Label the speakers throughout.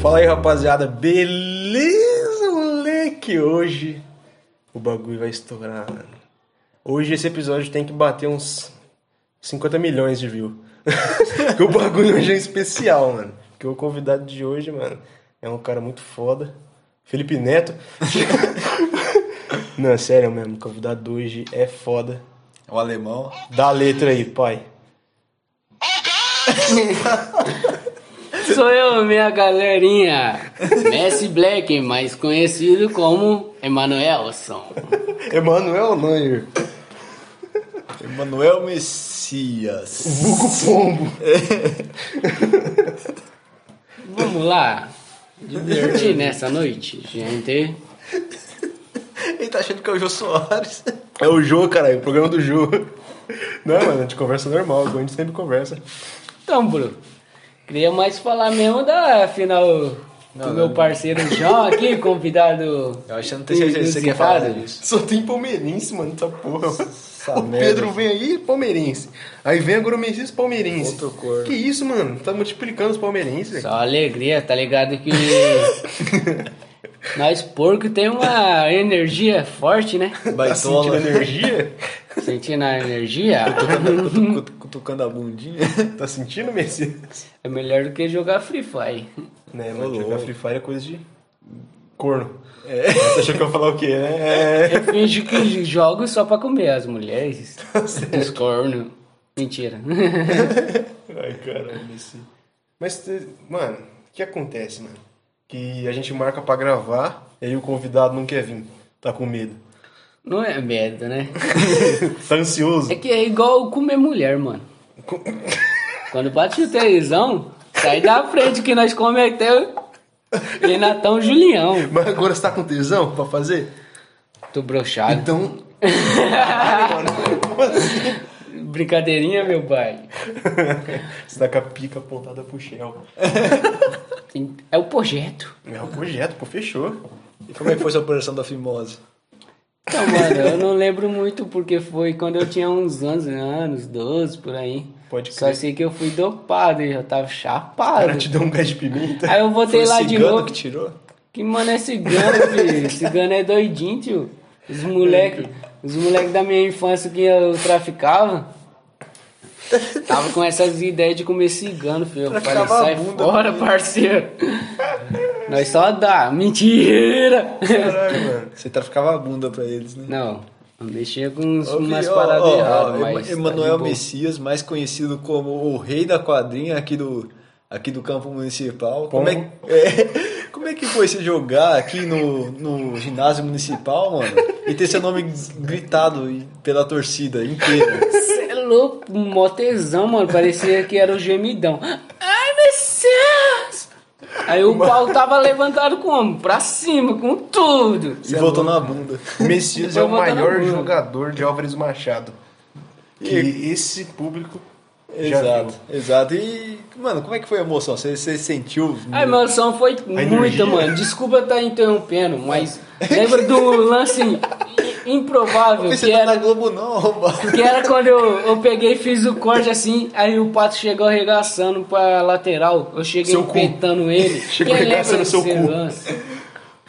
Speaker 1: Fala aí, rapaziada. Beleza, moleque? Hoje o bagulho vai estourar. mano. Hoje esse episódio tem que bater uns 50 milhões de views. Porque o bagulho hoje é especial, mano. Porque o convidado de hoje, mano, é um cara muito foda. Felipe Neto. Não, é sério mesmo. O convidado de hoje é foda.
Speaker 2: O alemão.
Speaker 1: Dá a letra aí, pai.
Speaker 3: Sou eu, minha galerinha. Messi Black, mais conhecido como Emanuelson.
Speaker 1: Emanuel Neuer.
Speaker 2: Emanuel Messias.
Speaker 1: Buco Pombo.
Speaker 3: Vamos lá. Divertir nessa noite, gente.
Speaker 2: Ele tá achando que é o Jô Soares.
Speaker 1: É o Jô, caralho, o programa do Jô. Não, mano, a gente conversa normal, a gente sempre conversa.
Speaker 3: Então, Bruno, queria mais falar mesmo da final do meu parceiro João aqui, convidado.
Speaker 2: Eu acho que eu não tenho certeza se você quer falar disso.
Speaker 1: Só tem palmeirense, mano, essa porra. o
Speaker 2: merda,
Speaker 1: Pedro vem aí, palmeirense. Aí vem agora o Messias palmeirense.
Speaker 2: Outro corno.
Speaker 1: Que isso, mano? Tá multiplicando os palmeirenses, velho.
Speaker 3: Só alegria, tá ligado que. Nós porco tem uma energia forte, né?
Speaker 1: Tá sentindo
Speaker 2: é Baitola.
Speaker 1: energia?
Speaker 3: Sentindo a energia
Speaker 2: Cutu- cutu- Cutucando a bundinha.
Speaker 1: tá sentindo, Messias?
Speaker 3: é melhor do que jogar Free Fire.
Speaker 1: Né,
Speaker 2: Ô,
Speaker 1: mano, jogar
Speaker 2: louco.
Speaker 1: Free Fire é coisa de corno. É. Você achou que eu ia falar o quê, né? É.
Speaker 3: Eu finjo que jogo só pra comer as mulheres. Os corno. Mentira.
Speaker 1: Ai,
Speaker 3: É.
Speaker 1: caralho, esse. Mas, te- mano, o que acontece, mano? Que a gente marca pra gravar e aí o convidado não quer vir. Tá com medo.
Speaker 3: Não é merda, né?
Speaker 1: Tá ansioso.
Speaker 3: É que é igual comer mulher, mano.
Speaker 1: Co-
Speaker 3: Quando bate o televisão, sai da frente que nós comemos até o Renatão é Julião.
Speaker 1: Mas agora você tá com tesão pra fazer?
Speaker 3: Tô broxado.
Speaker 1: Então. Caralho, mano, como assim?
Speaker 3: Brincadeirinha, meu pai.
Speaker 1: Você tá com a pica apontada pro Shell.
Speaker 3: É o projeto.
Speaker 1: É o projeto, pô, fechou.
Speaker 2: E como é que foi sua operação da fimose?
Speaker 3: Então, mano, eu não lembro muito porque foi quando eu tinha uns 11 anos, 12 por aí.
Speaker 1: Pode
Speaker 3: Só
Speaker 1: crer.
Speaker 3: sei que eu fui dopado e eu tava
Speaker 1: O
Speaker 3: chapado.
Speaker 1: cara te deu um gás de pimenta.
Speaker 3: Aí eu
Speaker 2: Foi
Speaker 3: voltei
Speaker 2: o
Speaker 3: lá de
Speaker 2: cigano
Speaker 3: novo.
Speaker 2: que tirou?
Speaker 3: Que mano é cigano, filho? Cigano é doidinho, tio. Os moleque, os moleque da minha infância que eu traficava, tava com essas ideias de comer cigano, filho. Eu falei,
Speaker 2: Traficava a
Speaker 3: sai
Speaker 2: bunda
Speaker 3: fora, parceiro. Nós só dá. Mentira!
Speaker 1: Caralho, mano.
Speaker 2: Você traficava a bunda pra eles, né?
Speaker 3: Não, eu mexia com uns,
Speaker 2: Ô,
Speaker 3: umas
Speaker 2: filho, ó,
Speaker 3: paradas
Speaker 2: ó, ó,
Speaker 3: erradas,
Speaker 2: Ema-
Speaker 3: mas tá de
Speaker 2: Emanuel
Speaker 3: boa.
Speaker 2: Messias, mais conhecido como o rei da quadrinha aqui do, aqui do campo municipal. Como é,
Speaker 1: Pombo.
Speaker 2: é, como é que foi você jogar aqui no, no ginásio municipal, mano? E ter seu nome gritado e- pela torcida inteira.
Speaker 3: Você é louco, um mó tesão, mano. Parecia que era o gemidão. Ai, Messias! Aí o pau tava levantado como? Pra cima, com tudo.
Speaker 2: e voltou na bunda.
Speaker 1: O Messias é o
Speaker 3: Vai botar na
Speaker 1: maior
Speaker 3: rua.
Speaker 1: jogador de Álvares Machado. Que esse público já
Speaker 2: Exato,
Speaker 1: viu.
Speaker 2: exato. E, mano, como é que foi a emoção? Você, você sentiu?
Speaker 3: A emoção foi muita,
Speaker 1: energia.
Speaker 3: mano. Desculpa estar interrompendo, mas lembra do lance improvável
Speaker 2: Não
Speaker 3: que
Speaker 1: tá
Speaker 2: pensei na
Speaker 3: era,
Speaker 2: Globo não, arrombado.
Speaker 3: que era quando eu, eu peguei e fiz o corte assim, aí o pato chegou arregaçando pra lateral. Eu cheguei
Speaker 1: Seu cu.
Speaker 3: petando ele.
Speaker 1: Chegou
Speaker 3: Quem lembra
Speaker 1: arregaçando seu
Speaker 3: desse
Speaker 1: cu.
Speaker 3: lance?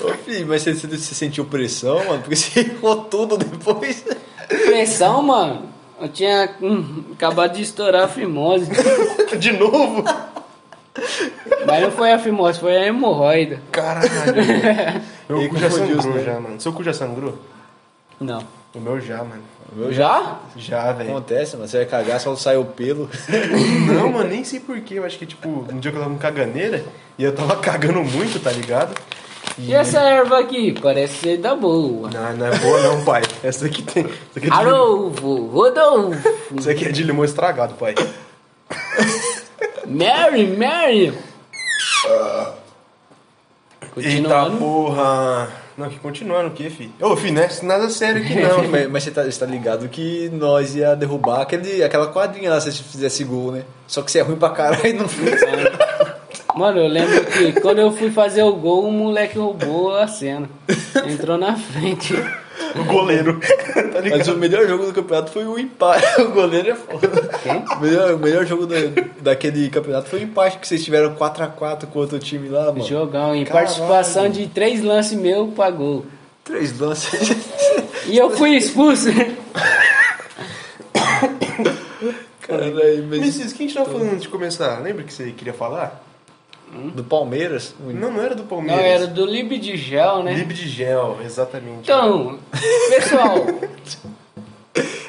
Speaker 2: Ô, filho, mas você, você sentiu pressão, mano? Porque você errou tudo depois.
Speaker 3: Pressão, mano. Eu tinha hum, acabado de estourar a fimose.
Speaker 1: De novo?
Speaker 3: Mas não foi a fimose, foi a hemorroida.
Speaker 1: Caralho. Meu
Speaker 2: Ele
Speaker 1: cu já
Speaker 2: confundiu os
Speaker 1: sangrou
Speaker 2: dois.
Speaker 1: já, mano. Seu cu já sangrou?
Speaker 3: Não.
Speaker 1: O meu já, mano.
Speaker 3: Já?
Speaker 1: Já, velho.
Speaker 2: Acontece, mano. Você vai cagar, só sai o pelo.
Speaker 1: Não, mano, nem sei porquê. Eu acho que, tipo, um dia que eu tava com caganeira e eu tava cagando muito, tá ligado?
Speaker 3: E essa erva aqui? Parece ser da boa.
Speaker 1: Não, não é boa não, pai. Essa aqui tem. Essa aqui é de, limão.
Speaker 3: Harolvo, Rodolfo,
Speaker 1: Essa aqui é de limão estragado, pai.
Speaker 3: Mary, Mary.
Speaker 1: Eita
Speaker 3: Continuando.
Speaker 1: porra! Não, que continuando o quê, fi? Ô, fi, não é nada sério aqui não.
Speaker 2: Sim, mas, mas você, tá, você tá ligado que nós ia derrubar aquele, aquela quadrinha lá se a gente fizesse gol, né? Só que você é ruim pra caralho e não fez.
Speaker 3: Mano, eu lembro que quando eu fui fazer o gol, o moleque roubou a cena. Entrou na frente.
Speaker 1: O goleiro. tá ligado?
Speaker 2: Mas o melhor jogo do campeonato foi o empate. O goleiro é foda.
Speaker 3: Quem?
Speaker 2: O melhor, o melhor jogo da- daquele campeonato foi o empate que vocês tiveram 4x4 com outro time lá, mano.
Speaker 3: Jogão, em
Speaker 2: Caralho.
Speaker 3: participação de três lances meu, pagou.
Speaker 2: Três lances.
Speaker 3: E eu fui expulso.
Speaker 2: Caralho,
Speaker 1: Me
Speaker 2: mas...
Speaker 1: diz, quem a gente tava falando antes de começar? Lembra que você queria falar?
Speaker 2: Do Palmeiras? um
Speaker 1: Não, não era do
Speaker 3: Não,
Speaker 1: Palmeiras.
Speaker 3: era do Lib de Gel, né?
Speaker 1: Libre de gel, exatamente.
Speaker 3: Então, pessoal,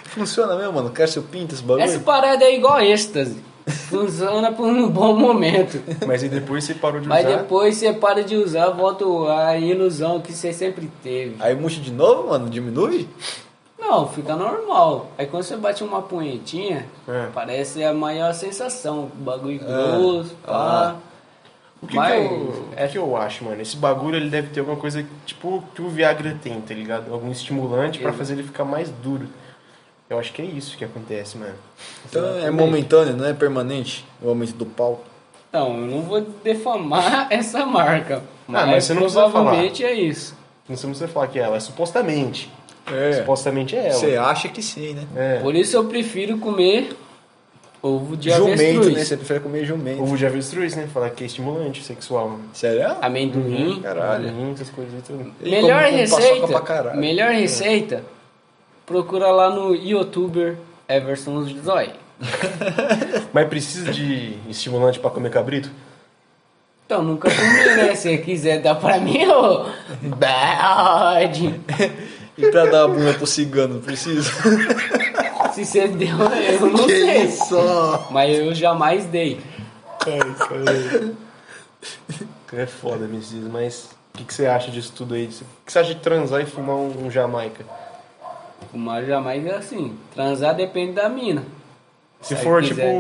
Speaker 2: Funciona mesmo, mano? Cássio Pinta esse bagulho?
Speaker 3: essa parada é igual êxtase. Funciona por um bom momento.
Speaker 1: Mas aí depois você parou de
Speaker 3: Mas
Speaker 1: usar.
Speaker 3: depois você para de usar, volta a ilusão que você sempre teve.
Speaker 2: Aí murcha de novo, mano? Diminui?
Speaker 3: Não, fica normal. Aí quando você bate uma punhetinha,
Speaker 1: É.
Speaker 3: parece a maior sensação. Bagulho grosso,
Speaker 2: Ah.
Speaker 3: pá.
Speaker 1: O que,
Speaker 3: Mas-
Speaker 1: que, eu, o que eu acho, mano? Esse bagulho ele deve ter alguma coisa tipo que o Viagra tem, tá ligado? Algum estimulante pra fazer ele ficar mais duro. Eu acho que é isso que acontece, mano.
Speaker 2: Então é momentâneo, não é permanente o aumento do pau.
Speaker 3: Então, eu não vou defamar essa marca. Mas,
Speaker 1: Ah, mas você não precisa
Speaker 3: provavelmente é isso.
Speaker 1: Não sei se você falar que ela é supostamente.
Speaker 2: É.
Speaker 1: Supostamente é ela.
Speaker 2: Você acha que sim, né?
Speaker 1: É.
Speaker 3: Por isso eu prefiro comer ovo de
Speaker 2: jumento, né?
Speaker 3: avestruz.
Speaker 2: Você prefere comer jumento.
Speaker 1: Ovo de avestruz, né? Falar que é estimulante sexual. né?
Speaker 2: Sério? Ah,
Speaker 3: Amendoim.
Speaker 2: Caralho.
Speaker 1: Muitas coisas e tudo.
Speaker 2: Uhum. E
Speaker 3: Melhor
Speaker 2: como- como paçoca pra
Speaker 3: receita.
Speaker 2: caralho.
Speaker 3: Melhor receita. Procura lá no youtuber Everson Zói.
Speaker 1: Mas precisa de estimulante pra comer cabrito?
Speaker 3: Então, nunca comi, né? Se quiser dar pra mim, ô. Bad.
Speaker 2: E pra dar a bunda pro cigano, precisa?
Speaker 3: Se você deu, eu não sei. Mas eu jamais dei.
Speaker 1: É foda, Messias, mas o que, que você acha disso tudo aí? O que você acha de transar e fumar um, um Jamaica?
Speaker 3: Fumar jamais é assim. Transar depende da mina.
Speaker 1: Se
Speaker 3: Aí
Speaker 1: for tipo.
Speaker 3: quiser,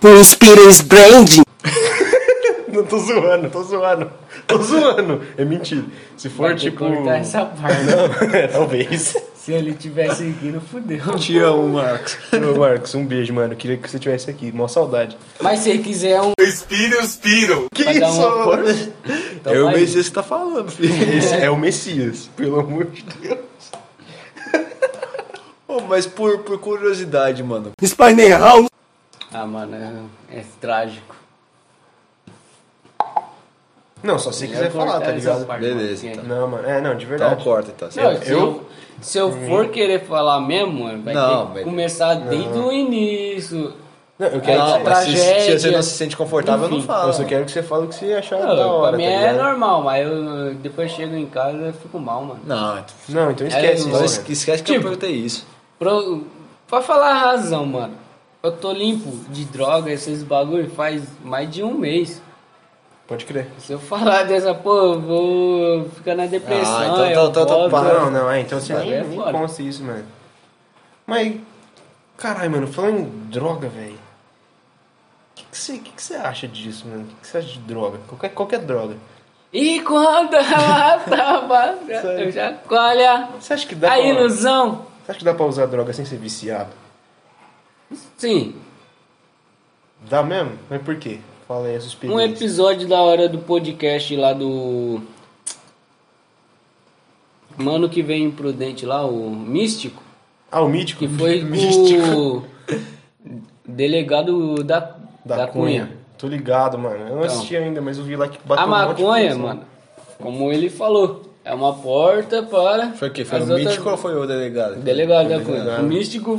Speaker 4: Conspiracy Brand.
Speaker 1: Não tô zoando, tô zoando. Tô zoando. É mentira. Se for
Speaker 3: Vai ter que
Speaker 1: tipo.
Speaker 3: cortar essa parte.
Speaker 1: É, Talvez.
Speaker 3: Se ele tiver seguindo, fudeu.
Speaker 2: Te amo, Marcos.
Speaker 1: Ô, Marcos, um beijo, mano. Queria que você tivesse aqui. Mó saudade.
Speaker 3: Mas se ele quiser um.
Speaker 1: Que
Speaker 3: Vai dar um
Speaker 1: isso,
Speaker 3: uma
Speaker 1: mano?
Speaker 2: é o
Speaker 3: então vai.
Speaker 2: Messias que tá falando, filho.
Speaker 1: Esse é o Messias, pelo amor de Deus.
Speaker 2: Ô, mas por, por curiosidade, mano.
Speaker 4: Spiney House.
Speaker 3: Ah, mano, é, é trágico.
Speaker 1: Não, só se quiser
Speaker 3: Melhor
Speaker 1: falar, tá
Speaker 3: cortar essa
Speaker 1: ligado?
Speaker 3: parte,
Speaker 2: Beleza,
Speaker 3: mano.
Speaker 2: então.
Speaker 1: Não, mano. É, não, de
Speaker 2: Então
Speaker 1: verdade.
Speaker 2: corta, tá
Speaker 3: Não,
Speaker 2: certo?
Speaker 3: se, eu, se eu for querer falar mesmo, mano, vai
Speaker 2: Não,
Speaker 3: ter que
Speaker 2: velho.
Speaker 3: começar desde o início.
Speaker 1: Não, eu quero
Speaker 3: Não,
Speaker 1: que você...
Speaker 3: pra-
Speaker 2: mas se, se você
Speaker 3: tragédia.
Speaker 2: não se sente confortável, eu não
Speaker 3: Enfim,
Speaker 2: falo.
Speaker 1: Eu só quero que você fale o que você achar
Speaker 3: Não,
Speaker 1: da hora,
Speaker 3: pra mim
Speaker 1: tá
Speaker 3: é
Speaker 1: ligado?
Speaker 3: normal, mas eu, depois eu chego em casa eu fico mal, mano.
Speaker 2: Não, então
Speaker 1: Não, então esquece
Speaker 3: É,
Speaker 2: então
Speaker 1: isso.
Speaker 3: não,
Speaker 2: esque- esquece que
Speaker 3: Tipo-
Speaker 2: eu perguntei isso.
Speaker 3: Pro, pra falar a razão, mano, eu tô limpo de droga, esses bagulho faz mais de um mês.
Speaker 1: mano. Pode crer.
Speaker 3: Se eu falar dessa, pô, eu vou ficar na depressão.
Speaker 2: Ah, então
Speaker 3: eu
Speaker 2: tá- tá- tá
Speaker 3: volto.
Speaker 2: parado.
Speaker 1: Não, não, é, então você
Speaker 3: Aí
Speaker 1: nem,
Speaker 3: é
Speaker 1: nem
Speaker 3: foda.
Speaker 1: consta isso, mano. Mas, caralho, mano, falando em droga, velho. O que que você que que você acha disso, mano? O que que você acha de droga? Qualquer, qualquer droga.
Speaker 3: E quando a tava, eu já colha
Speaker 1: Você acha que dá
Speaker 3: a
Speaker 1: pra...
Speaker 3: ilusão.
Speaker 1: Você acha que dá pra usar droga sem ser viciado?
Speaker 3: Sim,
Speaker 1: Dá mesmo? Mas por quê? Fala aí a sua
Speaker 3: um
Speaker 1: experiência.
Speaker 3: episódio da hora do podcast lá do. Mano que vem imprudente lá, o Místico.
Speaker 1: Ah, o mítico?
Speaker 3: Que foi
Speaker 1: místico.
Speaker 3: o delegado da, da, Cunha. Então.
Speaker 1: Tô ligado, mano. Eu não assisti ainda, mas eu vi lá que bateu
Speaker 3: A
Speaker 1: um monte de
Speaker 3: maconha,
Speaker 1: coisa.
Speaker 3: mano, como ele falou, é uma porta para.
Speaker 2: Foi o quê? Foi
Speaker 3: as
Speaker 2: o
Speaker 3: outras-
Speaker 2: mítico ou foi o delegado?
Speaker 3: Delegado né, da Cunha. O místico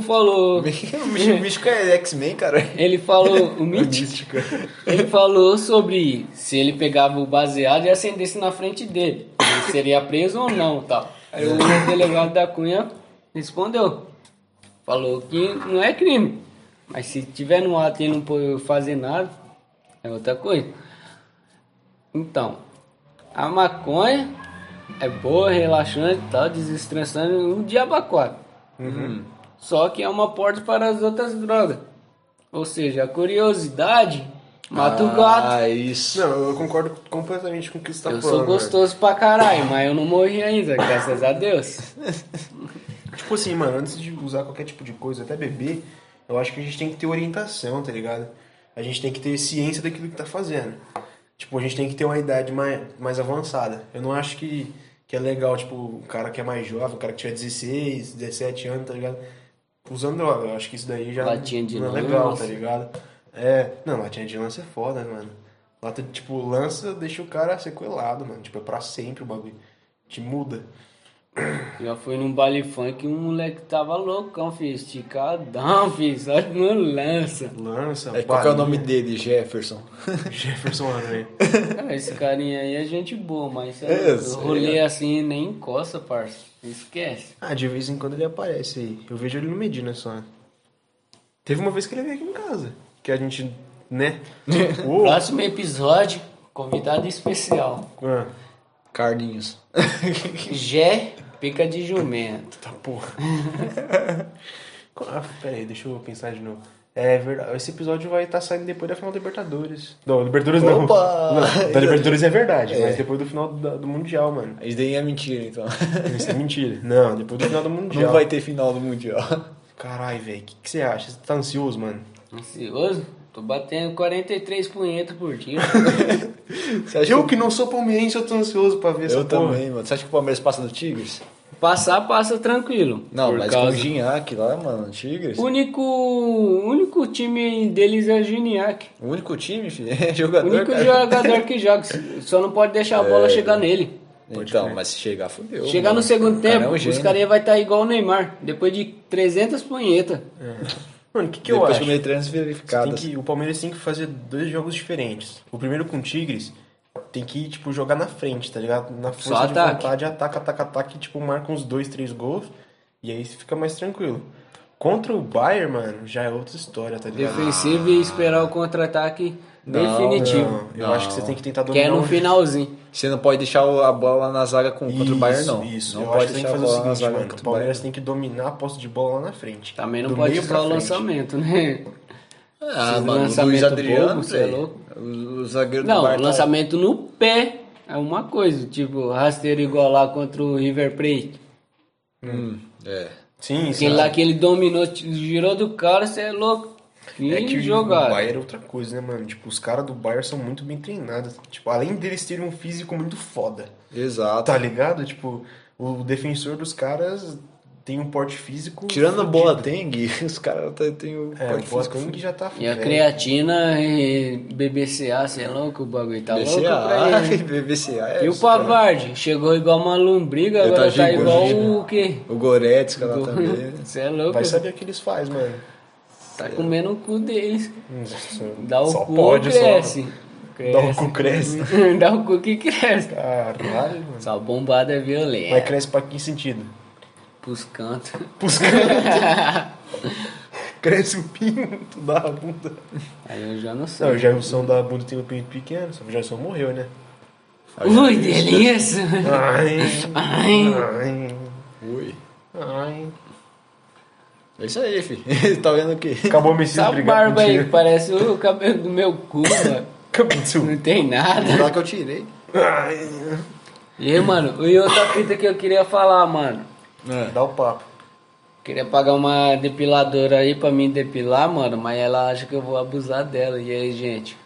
Speaker 3: falou.
Speaker 2: o mítico- o mítico é X-Men, cara.
Speaker 3: Ele falou. O É místico. ele falou sobre se ele pegava o baseado e acendesse na frente dele. Ele seria preso ou não tal. Aí o delegado da Cunha respondeu. Falou que não é crime. Mas se tiver no ato e não pôr fazer nada, é outra coisa. Então, a maconha é boa, relaxante e tal, desestressante, um diabo a quatro.
Speaker 2: Uhum.
Speaker 3: Só que é uma porta para as outras drogas. Ou seja, a curiosidade mata o gato.
Speaker 2: Ah, isso.
Speaker 1: Não, eu concordo completamente com o que você tá
Speaker 3: Eu
Speaker 1: falando.
Speaker 3: sou
Speaker 1: mano.
Speaker 3: gostoso pra caralho, mas eu não morri ainda, graças a Deus.
Speaker 1: Tipo assim, mano, antes de usar qualquer tipo de coisa, até beber, eu acho que a gente tem que ter orientação, tá ligado? A gente tem que ter ciência daquilo que tá fazendo. Tipo, a gente tem que ter uma idade mais, mais avançada. Eu não acho que, que é legal, tipo, o cara que é mais jovem, o cara que tiver 16, 17 anos, tá ligado? Usando droga. Eu acho que isso daí já
Speaker 3: Latinha de
Speaker 1: não é
Speaker 3: lança.
Speaker 1: legal, tá ligado? É, não, latinha de lança é foda, mano. Lata, tipo, lança deixa o cara sequelado, mano. Tipo, é pra sempre o bagulho. Te muda.
Speaker 3: Já fui num baile funk e um moleque tava loucão, filho, esticadão, filho, só no lança.
Speaker 1: Lança,
Speaker 2: É, qual que é o nome
Speaker 1: balinha.
Speaker 2: dele? Jefferson.
Speaker 1: Jefferson Aranha.
Speaker 3: Ah, Esse carinha aí é gente boa, mas
Speaker 2: É,
Speaker 3: é, o
Speaker 2: sei.
Speaker 3: rolê assim nem encosta, parça. Esquece.
Speaker 1: Ah, de vez em quando ele aparece aí. Eu vejo ele no Medina só. Teve uma vez que ele veio aqui em casa. Que a gente, né? Uou.
Speaker 3: Próximo episódio, convidado especial.
Speaker 1: Ah,
Speaker 2: Carlinhos.
Speaker 3: Jé, pica de jumento.
Speaker 1: tá porra. ah, pera aí, deixa eu pensar de novo. É verdade, esse episódio vai estar saindo depois da final da Libertadores. Não, Libertadores
Speaker 2: Opa!
Speaker 1: não. não. Da Libertadores é verdade,
Speaker 2: É.
Speaker 1: mas depois do final da- do Mundial, mano.
Speaker 2: Isso daí é mentira, então.
Speaker 1: Isso é mentira. Não, depois do final do Mundial.
Speaker 2: Não vai ter final do Mundial.
Speaker 1: Caralho, velho, o que, que você acha? Você tá ansioso, mano?
Speaker 3: Ansioso? Tô batendo 43 punhetas por dia.
Speaker 2: Você acha
Speaker 1: Eu que não sou palmeirense, eu tô ansioso pra ver
Speaker 2: que...
Speaker 1: essa
Speaker 2: Eu
Speaker 1: porra.
Speaker 2: também, mano. Você acha que o Palmeiras passa do Tigres?
Speaker 3: Passar, passa tranquilo.
Speaker 2: Não,
Speaker 3: por
Speaker 2: mas com o
Speaker 3: causa...
Speaker 2: Gignac lá, mano, Tigres.
Speaker 3: o único, o único time deles é o Gignac.
Speaker 2: O único time, filho, é
Speaker 3: O
Speaker 2: jogador. É,
Speaker 3: único
Speaker 2: cara.
Speaker 3: jogador que joga. Só não pode deixar a bola chegar nele.
Speaker 2: Então, mas se chegar, fudeu.
Speaker 3: Chegar
Speaker 2: mano.
Speaker 3: no segundo
Speaker 2: O cara
Speaker 3: tempo,
Speaker 2: é um
Speaker 3: os
Speaker 2: gênio.
Speaker 3: caras vai estar igual o Neymar. Depois de 300 punhetas.
Speaker 1: Mano, o que, que eu
Speaker 2: Depois
Speaker 1: acho?
Speaker 2: que o meio é transverificado.
Speaker 1: Tem que, o Palmeiras tem que fazer dois jogos diferentes. O primeiro com o Tigres tem que, tipo, jogar na frente, tá ligado? Na força
Speaker 3: Só
Speaker 1: de
Speaker 3: ataque.
Speaker 1: vontade, ataca, ataca, ataque, tipo, marca uns dois, três gols. E aí você fica mais tranquilo. Contra o Bayern, mano, já é outra história, tá ligado?
Speaker 3: Defensivo e esperar o contra-ataque
Speaker 2: Não,
Speaker 3: definitivo.
Speaker 1: Não, eu
Speaker 2: Não.
Speaker 1: acho que você tem que tentar
Speaker 3: Que
Speaker 1: dominar. um
Speaker 3: é no
Speaker 1: o-
Speaker 3: finalzinho.
Speaker 2: Você não pode deixar o- a bola lá na zaga com, contra o Bayern, não.
Speaker 1: Isso,
Speaker 2: não
Speaker 1: eu
Speaker 2: pode
Speaker 1: acho que tem que
Speaker 2: deixar a
Speaker 1: fazer o
Speaker 2: bola na
Speaker 1: seguinte,
Speaker 2: zaga
Speaker 1: mano.
Speaker 2: contra
Speaker 1: O Palmeiras tem que dominar a posse de bola lá na frente.
Speaker 3: Também não
Speaker 1: Do
Speaker 3: pode
Speaker 1: meio
Speaker 3: usar
Speaker 1: pra
Speaker 3: o
Speaker 1: frente.
Speaker 3: lançamento, né?
Speaker 2: Ah,
Speaker 3: Esses
Speaker 2: mano, o Luiz
Speaker 3: lançamento
Speaker 2: Adriano,
Speaker 3: bobo, cê é
Speaker 2: velho,
Speaker 3: louco?
Speaker 2: O, o zagueiro do
Speaker 3: Não,
Speaker 2: Bayern. tá-
Speaker 3: lançamento no pé é uma coisa. Tipo, rasteiro igual lá contra o River Plate.
Speaker 2: Hum, é.
Speaker 1: Sim, sim.
Speaker 3: Aquele lá que ele dominou, t- girou do cara, você é louco. Que
Speaker 1: É que o
Speaker 3: jogada.
Speaker 1: Bayern é outra coisa, né, mano? Tipo, os caras do Bayern são muito bem treinados. Tipo, além deles terem um físico muito foda,
Speaker 2: Exato.
Speaker 1: tá ligado? Tipo, o defensor dos caras tem um porte físico...
Speaker 2: Tirando a
Speaker 1: fudido.
Speaker 2: bola dengue, os caras tá- tem o
Speaker 1: É, o
Speaker 2: porte
Speaker 1: bola
Speaker 2: físico
Speaker 1: tem que já tá...
Speaker 3: E a
Speaker 1: velho.
Speaker 3: creatina e BBCA, você é louco? O bagulho tá louco pra
Speaker 2: BCA,
Speaker 3: ele.
Speaker 2: BBCA. é,
Speaker 3: E o
Speaker 2: os caras-
Speaker 3: Pavard? Chegou igual uma lombriga,
Speaker 2: Ele
Speaker 3: agora
Speaker 2: tá
Speaker 3: tá
Speaker 2: gigante,
Speaker 3: igual
Speaker 2: né?
Speaker 3: o quê?
Speaker 2: O Goretzka lá também.
Speaker 3: Você é louco?
Speaker 1: Vai saber o que eles fazem, mano.
Speaker 3: Tá comendo o cu deles. Dá o
Speaker 1: só
Speaker 3: cu
Speaker 1: pode, só.
Speaker 3: cresce.
Speaker 1: Dá o cu cresce.
Speaker 3: cresce. Dá o cu que cresce.
Speaker 1: Caralho, mano.
Speaker 3: Essa bombada é
Speaker 1: Mas
Speaker 3: violenta.
Speaker 1: cresce pra que sentido?
Speaker 3: Pros cantos.
Speaker 1: Pros caras. Cresce o pinto da bunda.
Speaker 3: Aí eu já não sei.
Speaker 1: Não, o Jailson da bunda tem um pinto pequeno. Só que o Jailson morreu, né?
Speaker 3: Ui, delícia!
Speaker 1: Ai,
Speaker 3: Ai.
Speaker 1: ai.
Speaker 2: Ui.
Speaker 1: Ai.
Speaker 2: É isso aí, filho. tá vendo o quê?
Speaker 1: Acabou o Messias
Speaker 3: Essa
Speaker 1: brigando
Speaker 3: barba aí que
Speaker 1: contigo.
Speaker 3: parece o cabelo do meu cu, mano.
Speaker 1: Acabou de ser
Speaker 3: Não tem nada.
Speaker 2: Tá Lá que eu tirei.
Speaker 3: E aí, mano, e outra fita que eu queria falar, mano.
Speaker 1: um- Dá o papo.
Speaker 3: Queria pagar uma depiladora aí pra me depilar, mano, mas ela acha que eu vou abusar dela. E aí, gente?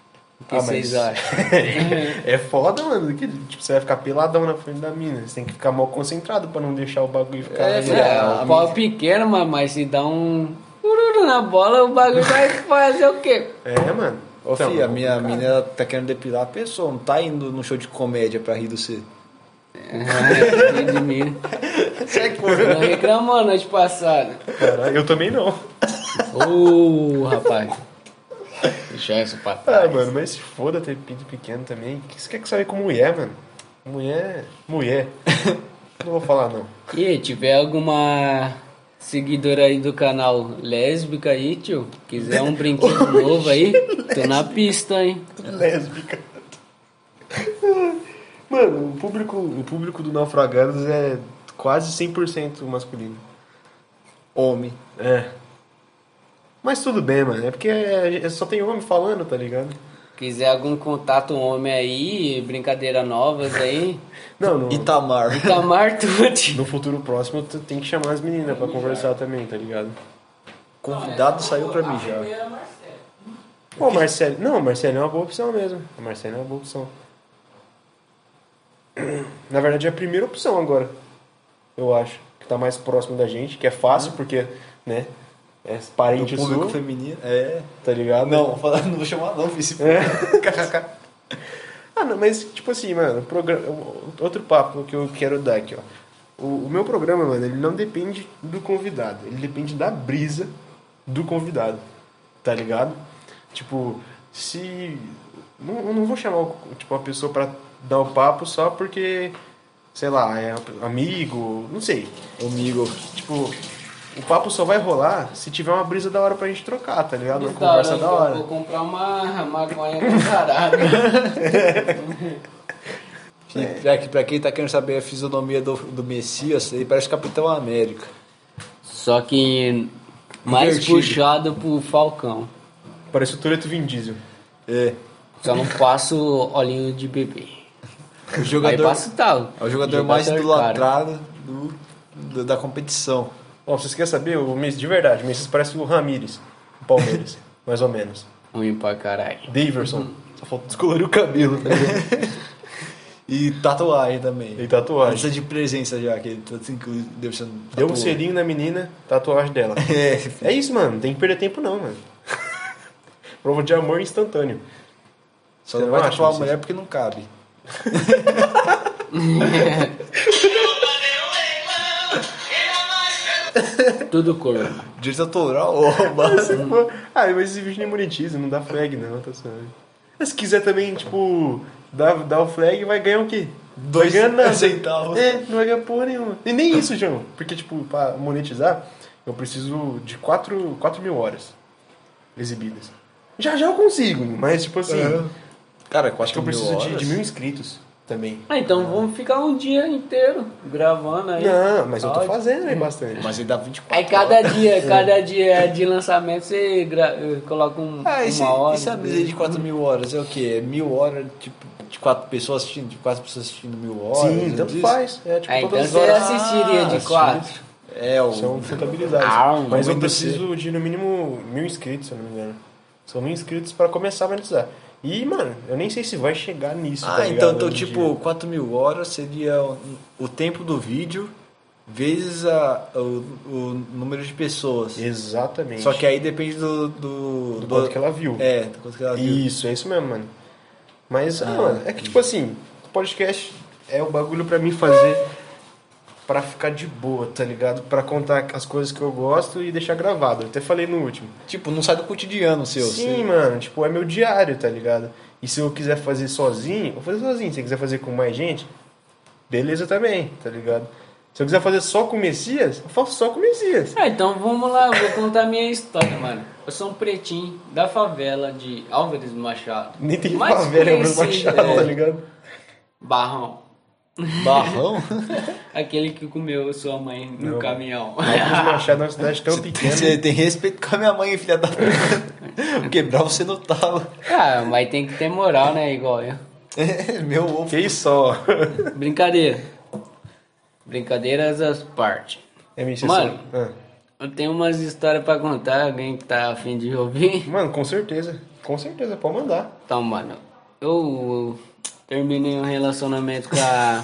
Speaker 3: O que
Speaker 1: Ah, mas-
Speaker 3: vocês acham?
Speaker 1: é foda, mano. Que, tipo, você vai ficar peladão na frente da mina. Você tem que ficar mal concentrado pra não deixar o bagulho ficar.
Speaker 3: É,
Speaker 1: né?
Speaker 3: filha, o pau é pequeno, mas, mas se dá um ururu na bola, o bagulho vai fazer o quê?
Speaker 1: É, mano.
Speaker 2: Ô,
Speaker 1: Então,
Speaker 2: filho, a minha mina ela tá querendo depilar a pessoa, não tá indo no show de comédia pra rir do C.
Speaker 3: Ah, de mim. Tá né,
Speaker 2: Sai
Speaker 3: Não reclamou noite passada.
Speaker 1: Caralho, eu também não.
Speaker 3: Ô, rapaz. Deixa É isso pra
Speaker 1: Ah,
Speaker 3: trás.
Speaker 1: mano, mas se foda ter pinto pequeno também. O que você quer que saber com mulher, mano? Mulher. Mulher. não vou falar, não.
Speaker 3: E aí, tiver alguma seguidora aí do canal lésbica aí, tio, quiser um brinquedo novo aí, tô na pista, hein?
Speaker 1: Lésbica. Mano, o público, o público do Naufragados é quase 100% masculino.
Speaker 2: Homem.
Speaker 1: É. Mas tudo bem, mano. É porque é- é- só tem homem falando, tá ligado?
Speaker 3: Quiser algum contato homem aí, brincadeira novas aí, tá
Speaker 1: Não, no,
Speaker 2: Itamar.
Speaker 3: Itamar Tucci.
Speaker 1: no futuro próximo tu tem que chamar as meninas pra conversar também, tá ligado?
Speaker 2: Convidado saiu pra mijar.
Speaker 1: Pô, Marcelo. Não, Marcelo é uma boa opção mesmo. A Marcelo é uma boa opção. Na verdade, é a primeira opção agora. Eu acho. Que tá mais próximo da gente, que é fácil, porque, né? É
Speaker 2: Hum. Do
Speaker 1: parente
Speaker 2: público
Speaker 1: sua,
Speaker 2: feminino. É.
Speaker 1: tá ligado?
Speaker 2: Não, vou falar- não vou chamar não, Felipe.
Speaker 1: É. ah, não, mas tipo assim, mano, o programa, outro papo que eu quero dar aqui, ó. O, o meu programa, mano, ele não depende do convidado, ele depende da brisa do convidado, tá ligado? Tipo, se não, eu não vou chamar o- tipo uma pessoa pra dar o papo só porque sei lá, é amigo, não sei.
Speaker 2: Amigo.
Speaker 1: Tipo, o papo só vai rolar se tiver uma brisa da hora pra gente trocar, tá ligado? Uma
Speaker 3: Da hora,
Speaker 1: conversa da
Speaker 3: então,
Speaker 1: hora.
Speaker 3: Vou comprar uma maconha com zarada.
Speaker 2: Pra, pra quem tá querendo saber a fisionomia do, do Messias, ele parece Capitão América.
Speaker 3: Só que mais
Speaker 2: Invertido.
Speaker 3: puxado pro Falcão.
Speaker 1: Parece o Toreto Vin Diesel.
Speaker 2: É.
Speaker 3: Só não passo olhinho de bebê.
Speaker 2: O
Speaker 3: Aí
Speaker 2: jogador,
Speaker 3: passo tal.
Speaker 2: é o jogador mais
Speaker 3: cara.
Speaker 2: idolatrado do, do- da competição.
Speaker 1: Ó, vocês querem saber? O Messi, de verdade, o Messi parece o Ramires, o Palmeiras, mais ou menos.
Speaker 3: Ruim pra caralho.
Speaker 1: Daverson, só falta descolorir o cabelo, tá ligado?
Speaker 2: E tatuagem também.
Speaker 1: E tatuagem.
Speaker 2: Precisa de presença já, que ele tá assim, que deve ser um
Speaker 1: Deu um
Speaker 2: tatuador.
Speaker 1: selinho na menina, tatuagem dela.
Speaker 2: É,
Speaker 1: É isso, mano, não tem que perder tempo não, mano. Prova de amor instantâneo.
Speaker 2: só
Speaker 1: Você não
Speaker 2: não vai
Speaker 1: acha, um
Speaker 2: tatuar a
Speaker 1: Messias?
Speaker 2: mulher porque não cabe.
Speaker 3: Tudo cor.
Speaker 2: Direito autoral, ô, mas...
Speaker 1: ah, mas esse vídeo nem monetiza, não dá flag não, tá certo. Mas se quiser também, tipo, dar, dar o flag, vai ganhar o quê?
Speaker 2: Dois
Speaker 1: vai ganhar nada.
Speaker 2: centavos.
Speaker 1: É, não vai ganhar porra nenhuma. E nem isso, João. Porque, tipo, pra monetizar, eu preciso de 4, mil horas exibidas. Já já eu consigo, mas, tipo assim,
Speaker 2: Cara,
Speaker 1: acho que eu preciso Então de, de mil inscritos também.
Speaker 3: Ah, então vamos ficar um dia inteiro gravando aí.
Speaker 2: É.
Speaker 1: Não, mas eu tô
Speaker 3: Pode.
Speaker 1: fazendo aí bastante.
Speaker 2: Mas ele dá 24
Speaker 3: Aí cada
Speaker 2: É.
Speaker 3: dia, cada dia é de lançamento você gra- eh, coloca um,
Speaker 2: Ah, e se,
Speaker 3: uma hora.
Speaker 2: e se a brisa de 4 mil horas é o quê? É mil horas, tipo, de quatro pessoas assistindo, de quatro pessoas assistindo mil horas?
Speaker 1: Sim,
Speaker 2: então
Speaker 1: tanto faz. É, tipo,
Speaker 3: Ah, então
Speaker 1: todas as
Speaker 3: você
Speaker 1: horas
Speaker 3: assistiria
Speaker 2: Ah,
Speaker 3: de quatro.
Speaker 2: É, o...
Speaker 1: são contabilizadas.
Speaker 3: Ah, um
Speaker 1: um mas eu
Speaker 2: tamanho do C.
Speaker 1: preciso de, no mínimo, mil inscritos, se eu não me engano. São mil inscritos pra começar a monetizar. E, mano, eu nem sei se vai chegar nisso,
Speaker 2: Ah,
Speaker 1: tá
Speaker 2: então,
Speaker 1: ligado,
Speaker 2: então
Speaker 1: hoje em
Speaker 2: tipo,
Speaker 1: dia.
Speaker 2: 4 mil horas seria o, o tempo do vídeo vezes a, o, o número de pessoas.
Speaker 1: Exatamente.
Speaker 2: Só que aí depende do... Do,
Speaker 1: do quanto que ela viu.
Speaker 2: É, do quanto que ela viu.
Speaker 1: Isso, é isso mesmo, mano. Mas, ah, mano, é que tipo assim, podcast é o bagulho pra mim fazer pra ficar de boa, tá ligado? Pra contar as coisas que eu gosto e deixar gravado. Eu até falei no último.
Speaker 2: Tipo, não sai do cotidiano seu.
Speaker 1: Sim,
Speaker 2: você-
Speaker 1: mano, tipo, é meu diário, tá ligado? E se eu quiser fazer sozinho, eu vou fazer sozinho. Se eu quiser fazer com mais gente, beleza também, tá ligado? Se eu quiser fazer só com o Messias, eu faço só com o Messias.
Speaker 3: Ah, então vamos lá, eu vou contar a minha história, mano. Eu sou um pretinho da favela de Álvares Machado.
Speaker 1: Nem tem
Speaker 3: Mais
Speaker 1: favela pra
Speaker 3: conhecida,
Speaker 1: machado,
Speaker 3: é,
Speaker 1: tá ligado?
Speaker 3: Barrão.
Speaker 2: é Barrão?
Speaker 3: Aquele que comeu sua mãe no
Speaker 1: Não.
Speaker 3: caminhão.
Speaker 1: Mas Machado é uma cidade tão pequena.
Speaker 2: Você tem respeito com a minha mãe, filha da puta. Quebrar você não tava.
Speaker 3: Ah, mas tem que ter moral, né? Igual eu.
Speaker 2: É, meu ovo.
Speaker 1: Que só.
Speaker 3: Brincadeira. Brincadeiras às partes.
Speaker 1: É mentira.
Speaker 3: Mano.
Speaker 1: Ah.
Speaker 3: Eu tenho umas histórias pra contar, alguém que tá afim de ouvir.
Speaker 1: Mano, com certeza. Com certeza, pode mandar.
Speaker 3: Então, mano, eu terminei um relacionamento com a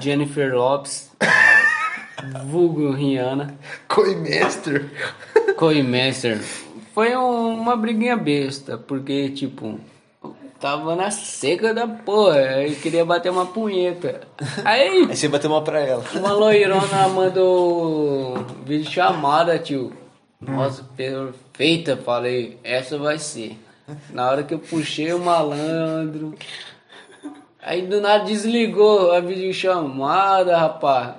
Speaker 3: Jennifer Lopes, vulgo Rihanna,
Speaker 1: Coimestre.
Speaker 3: Coimester. Foi um- uma briguinha besta, porque, tipo, eu tava na seca da porra, eu queria bater uma punheta. Aí,
Speaker 2: Aí você bateu uma pra ela.
Speaker 3: uma loirona mandou vídeo chamada, tio. Nossa, perfeita, falei, essa vai ser. Na hora que eu puxei o malandro. Aí do nada desligou a videochamada, rapaz.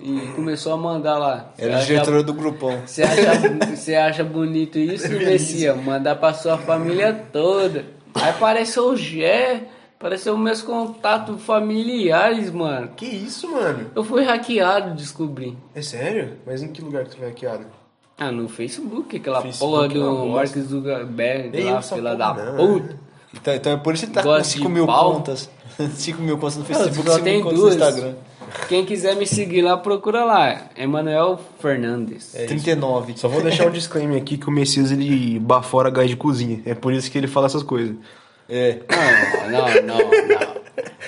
Speaker 3: E começou a mandar lá.
Speaker 2: Era a
Speaker 3: Você acha-
Speaker 2: diretora É do É grupão.
Speaker 3: Você acha, você acha bonito isso, Messias? Mandar pra sua família toda. Aí apareceu o Gé, apareceu meus contatos familiares, mano.
Speaker 1: Que isso, mano?
Speaker 3: Eu fui hackeado, descobri.
Speaker 1: É sério? Mas em que lugar que tu foi hackeado?
Speaker 3: Ah, no Facebook, aquela
Speaker 1: Facebook
Speaker 3: porra
Speaker 1: é uma
Speaker 3: do
Speaker 1: bosta.
Speaker 3: Mark Zuckerberg,
Speaker 1: Nem
Speaker 3: lá,
Speaker 1: eu sou
Speaker 3: fila da
Speaker 1: porra, não.
Speaker 3: puta.
Speaker 2: Então, então é por isso que tá
Speaker 3: Gosta
Speaker 2: com
Speaker 3: de
Speaker 2: 5 mil
Speaker 3: pau?
Speaker 2: contas. 5 mil contas no
Speaker 3: Eu
Speaker 2: Facebook, 5
Speaker 3: só
Speaker 2: mil
Speaker 3: tenho
Speaker 2: contas
Speaker 3: duas.
Speaker 2: no Instagram.
Speaker 3: Quem quiser me seguir lá, procura lá. Emanuel Fernandes.
Speaker 1: É.
Speaker 2: 39.
Speaker 1: Só vou deixar um disclaimer aqui que o Messias ele bafora gás de cozinha. É por isso que ele fala essas coisas.
Speaker 2: É.
Speaker 3: Não, não, não, não.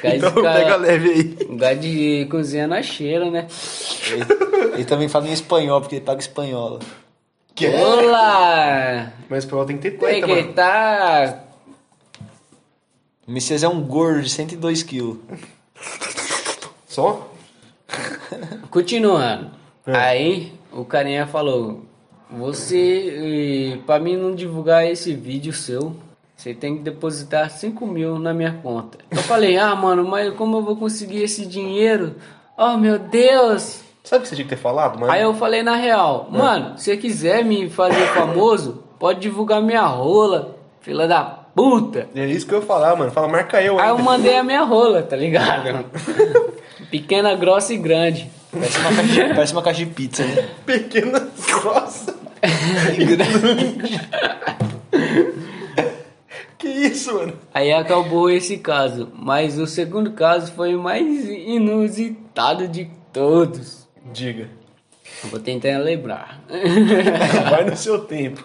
Speaker 3: Gás
Speaker 1: então
Speaker 3: de, ca-
Speaker 1: pega leve aí.
Speaker 3: gás de cozinha na cheira, né?
Speaker 2: é. Ele, ele também fala em espanhol, porque ele paga espanhola.
Speaker 3: Olá!
Speaker 1: é? Mas pra ela tem que ter
Speaker 3: Como é
Speaker 1: teta,
Speaker 3: que
Speaker 1: mano.
Speaker 3: tá?
Speaker 2: O Messias é um gordo de 102 quilos.
Speaker 1: Só?
Speaker 3: Continuando. Aí o carinha falou: Você, eh, pra mim não divulgar esse vídeo seu, você tem que depositar 5 mil na minha conta. Eu falei: Ah, mano, mas como eu vou conseguir esse dinheiro? Oh, meu Deus!
Speaker 1: Sabe o que você tinha que ter falado, mano?
Speaker 3: Aí eu falei na real, mano, se você quiser me fazer famoso, pode divulgar minha rola, fila da puta.
Speaker 1: É isso que eu ia falar, mano. Fala, marca eu
Speaker 3: Aí
Speaker 1: ainda.
Speaker 3: eu mandei a minha rola, tá ligado? Pequena, grossa e grande.
Speaker 2: Parece uma caixa, parece uma caixa de pizza, né?
Speaker 1: Pequena grossa. que isso, mano?
Speaker 3: Aí acabou esse caso, mas o segundo caso foi o mais inusitado de todos.
Speaker 1: Diga.
Speaker 3: Eu Vou tentar lembrar.
Speaker 1: Vai no seu tempo.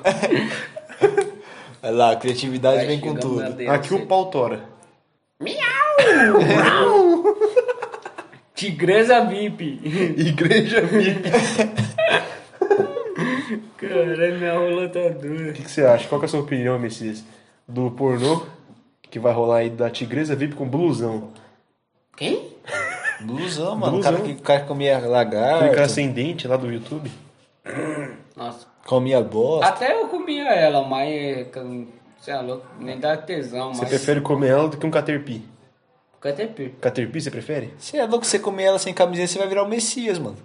Speaker 2: Olha lá, a criatividade
Speaker 3: Vai
Speaker 2: vem com
Speaker 3: chegando na
Speaker 2: tudo.
Speaker 3: dele,
Speaker 1: Aqui
Speaker 3: assim.
Speaker 1: o pau tora.
Speaker 3: Tigresa VIP.
Speaker 1: Igreja VIP.
Speaker 3: Caralho, minha rola tá dura.
Speaker 1: O que, que você acha? Qual que é a sua opinião, Messias? Do pornô que vai rolar aí da Tigresa VIP com blusão.
Speaker 3: Quem?
Speaker 2: Blusão, mano. O, cara
Speaker 1: Blusão. assim.
Speaker 2: que, o cara que comia
Speaker 1: Aquele cara
Speaker 2: lagarto,
Speaker 1: sem dente lá do YouTube.
Speaker 3: Nossa.
Speaker 2: comia
Speaker 1: Ah.
Speaker 2: bosta.
Speaker 3: Até eu comia ela, mas você é louco, nem dá tesão, mas.
Speaker 1: Você prefere comer ela do que um caterpie?
Speaker 3: Caterpie.
Speaker 1: Caterpie você prefere?
Speaker 2: Você é louco, você comer ela sem camisinha, você vai virar o Messias, mano.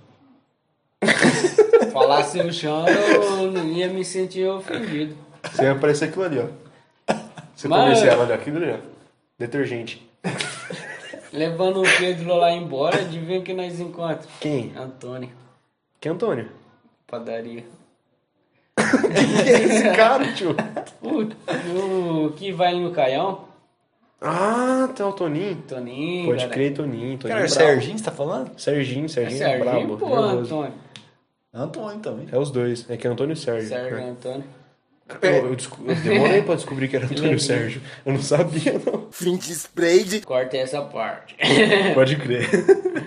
Speaker 3: Falasse o chão, eu não ia me sentir ofendido.
Speaker 1: Você ia aparecer aquilo ali, ó. Você
Speaker 3: Mas-
Speaker 1: comece ela, olha, aquilo ali, ó. Detergente.
Speaker 3: Levando o Pedro lá embora, adivinha o que nós encontramos?
Speaker 1: Quem?
Speaker 3: Antônio,
Speaker 1: Que Antônio?
Speaker 3: padaria.
Speaker 1: Esse cara, tio.
Speaker 3: O, o que vai no Caião?
Speaker 1: Ah, tá o Toninho.
Speaker 3: Toninho,
Speaker 1: Pode
Speaker 3: galera.
Speaker 1: crer, Toninho. Toninho
Speaker 2: Cara,
Speaker 1: brabo.
Speaker 2: Serginho, você tá falando?
Speaker 1: Serginho,
Speaker 3: É
Speaker 1: Serginho é,
Speaker 3: Serginho,
Speaker 1: brabo.
Speaker 3: pô,
Speaker 1: nervoso.
Speaker 3: Antônio.
Speaker 2: Antônio também.
Speaker 1: É os dois. É que é Antônio e Sérgio.
Speaker 3: Sérgio,
Speaker 1: né?
Speaker 3: Antônio.
Speaker 1: Eu, eu desco- eu demorei pra descobrir que era Antônio e Sérgio. Eu não sabia, não.
Speaker 4: Fringe spray de
Speaker 3: Corta essa parte.
Speaker 1: Pode crer.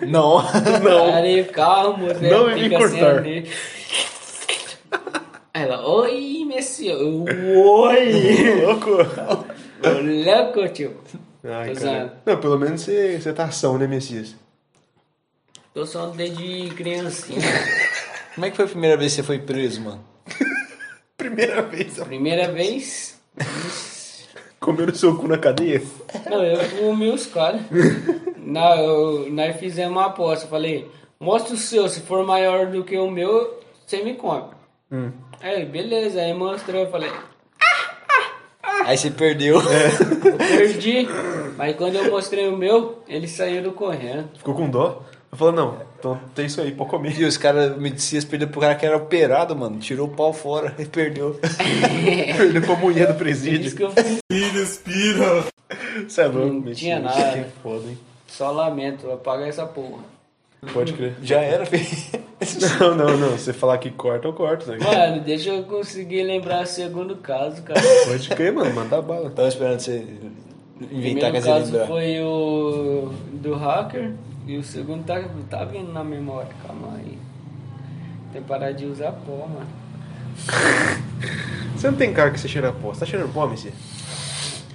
Speaker 2: Não.
Speaker 1: Não.
Speaker 3: Parei o carro, moço.
Speaker 1: Não
Speaker 3: ele
Speaker 1: irei
Speaker 3: né? fica sem
Speaker 1: cortar.
Speaker 3: abrir. Aí Ela, oi, Messias. Oi!
Speaker 1: Louco.
Speaker 3: Ô, Louco, tio.
Speaker 1: Ai,
Speaker 3: Pois é.
Speaker 1: cara. Não, pelo menos você, você tá ação, né, Messias?
Speaker 3: Tô só desde criancinha.
Speaker 2: Como é que foi a primeira vez que você foi preso, mano?
Speaker 1: Primeira vez. ó.
Speaker 3: Primeira vez.
Speaker 1: Comeram seu cu na cadeia?
Speaker 3: Não, eu comi os caras. Na- eu- Nós fizemos uma aposta. Eu Falei, mostra o seu. Se for maior do que o meu, você me come. Aí, beleza. Aí mostrou. Eu falei,
Speaker 1: Ah.
Speaker 2: Aí você perdeu.
Speaker 1: É.
Speaker 3: eu perdi. Mas quando eu mostrei o meu, eles saíram correndo.
Speaker 1: Ficou com dó? Eu falei, não, então tem isso aí, pode comer.
Speaker 2: E os caras, o Messias perdeu pro cara que era operado, mano. Tirou o pau fora e perdeu.
Speaker 1: Perdeu pra mulher do presídio.
Speaker 3: Isso que eu fiz.
Speaker 1: Você é louco,
Speaker 3: Não
Speaker 1: Messias.
Speaker 3: tinha nada.
Speaker 1: Que foda, hein?
Speaker 3: Só lamento. Apaga essa porra.
Speaker 1: Pode crer.
Speaker 2: Já era, filho.
Speaker 1: Não, não, não. Você falar que corta, eu corto. Né?
Speaker 3: Mano, deixa eu conseguir lembrar o segundo caso, cara.
Speaker 1: Pode crer, mano. Manda bala.
Speaker 2: Tava esperando você
Speaker 3: O
Speaker 2: inventar
Speaker 3: primeiro
Speaker 2: que você
Speaker 3: caso
Speaker 2: lembrar.
Speaker 3: foi o do hacker e o segundo tá, tá vindo na memória, calma aí. Tem que parar de usar pó, mano.
Speaker 1: Você não tem cara que você cheira pó. Você tá cheirando pó, Messias?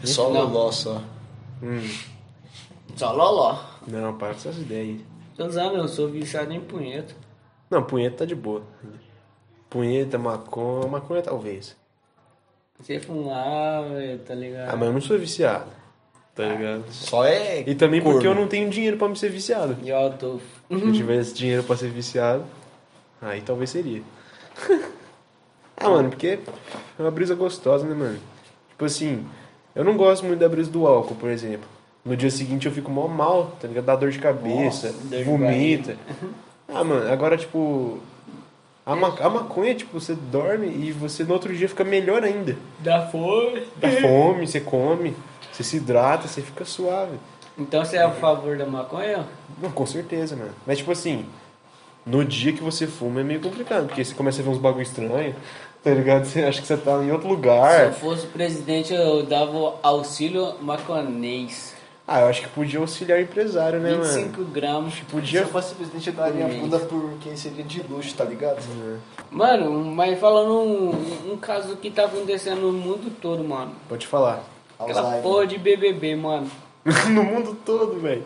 Speaker 2: Só o
Speaker 3: Não.
Speaker 2: Loló, só.
Speaker 1: Hum.
Speaker 3: Só loló.
Speaker 1: Não, para com essas ideias aí.
Speaker 3: Tô usando, eu sou viciado em punheta.
Speaker 1: Não, punheta tá de boa. Punheta, maconha, maconha talvez.
Speaker 3: Você fumar, velho, tá ligado?
Speaker 1: Ah, mas eu não sou viciado. Tá ligado?
Speaker 2: Só é.
Speaker 1: E também porque eu
Speaker 2: corno.
Speaker 1: não tenho dinheiro pra me ser viciado.
Speaker 3: E ó, eu tô...
Speaker 1: Se
Speaker 3: Uhum.
Speaker 1: eu tivesse dinheiro pra ser viciado, aí talvez seria. ah, mano, porque é uma brisa gostosa, né, mano? Tipo assim, eu não gosto muito da brisa do álcool, por exemplo. No dia seguinte eu fico mó mal, tá ligado? Dá dor de cabeça,
Speaker 3: Nossa, dor de Uhum.
Speaker 1: vomita. ah, mano, agora, tipo. A, ma- a maconha, tipo, você dorme e você no outro dia fica melhor ainda.
Speaker 3: Dá fome.
Speaker 1: Dá fome, você come, você se hidrata, você fica suave.
Speaker 3: Então você é a favor da maconha?
Speaker 1: Não, com certeza, mano. Mas tipo assim, no dia que você fuma é meio complicado, porque você começa a ver uns bagulho estranho, tá ligado? Você acha que você tá em outro
Speaker 3: Se
Speaker 1: lugar.
Speaker 3: eu fosse presidente, eu dava o auxílio maconês.
Speaker 1: Ah, eu acho que podia auxiliar o empresário, né, mano?
Speaker 3: 25 gramas.
Speaker 1: Podia.
Speaker 2: fosse presidente, eu daria a bunda por quem seria de luxo, tá ligado?
Speaker 3: Mano, mas falando um, um caso que tá acontecendo no mundo todo, mano.
Speaker 1: Pode falar.
Speaker 3: Aquela porra de BBB, mano.
Speaker 1: no mundo todo, velho.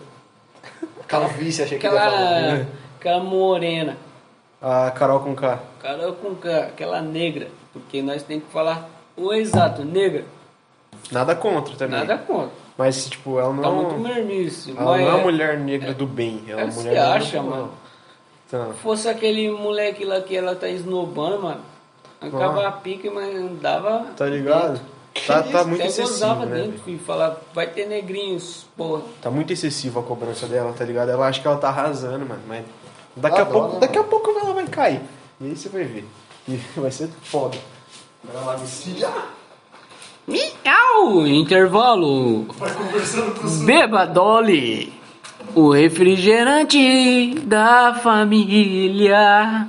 Speaker 2: Calvície, achei que
Speaker 1: tá
Speaker 2: ele ia falar.
Speaker 3: Aquela,
Speaker 1: né?
Speaker 3: aquela morena.
Speaker 1: A Carol com K.
Speaker 3: Cara com K, aquela negra. Porque nós temos que falar o exato, negra.
Speaker 1: Nada contra também.
Speaker 3: Nada contra.
Speaker 1: Mas, tipo, ela não,
Speaker 3: Tá
Speaker 1: é
Speaker 3: muito
Speaker 1: um-
Speaker 3: mermice.
Speaker 1: ela não é uma
Speaker 3: mas-
Speaker 1: mulher negra do bem. Ela é
Speaker 3: Ela
Speaker 1: uma
Speaker 3: se
Speaker 1: mulher negra
Speaker 3: acha,
Speaker 1: do mal.
Speaker 3: mano.
Speaker 1: Então,
Speaker 3: fosse aquele moleque lá que ela tá esnobando, mano, acaba a pique, mas não dava.
Speaker 1: Ah. tá ligado? Tá, tá muito
Speaker 3: Até
Speaker 1: excessivo,
Speaker 3: gozava
Speaker 1: né?
Speaker 3: dentro,
Speaker 1: velho?
Speaker 3: filho. Falava, vai ter negrinhos, porra.
Speaker 1: Tá muito excessivo a cobrança dela, tá ligado? Ela acha que ela tá arrasando, mano. Mas daqui,
Speaker 2: Dá
Speaker 1: a,
Speaker 2: dó,
Speaker 1: pouco,
Speaker 2: né,
Speaker 1: daqui a pouco ela vai cair. E aí você vai ver. E vai ser foda.
Speaker 2: Vai lá, Lucia.
Speaker 3: Miau! Intervalo! Beba Dolly! O refrigerante da família!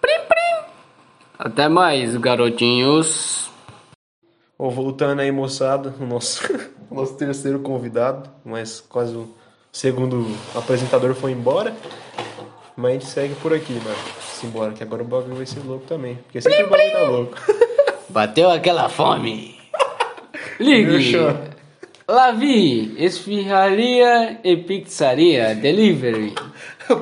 Speaker 3: Prim, prim. Até mais, garotinhos!
Speaker 1: Ô, voltando aí, moçada, o nosso, o nosso terceiro convidado, mas quase o segundo apresentador foi embora. Mas a gente segue por aqui, mano. Simbora, que agora o bagulho vai ser louco também. Porque sempre o bagulho tá louco.
Speaker 3: Bateu aquela fome! Ligue!
Speaker 1: Deixa.
Speaker 3: Lavi, esfirraria e pizzaria delivery.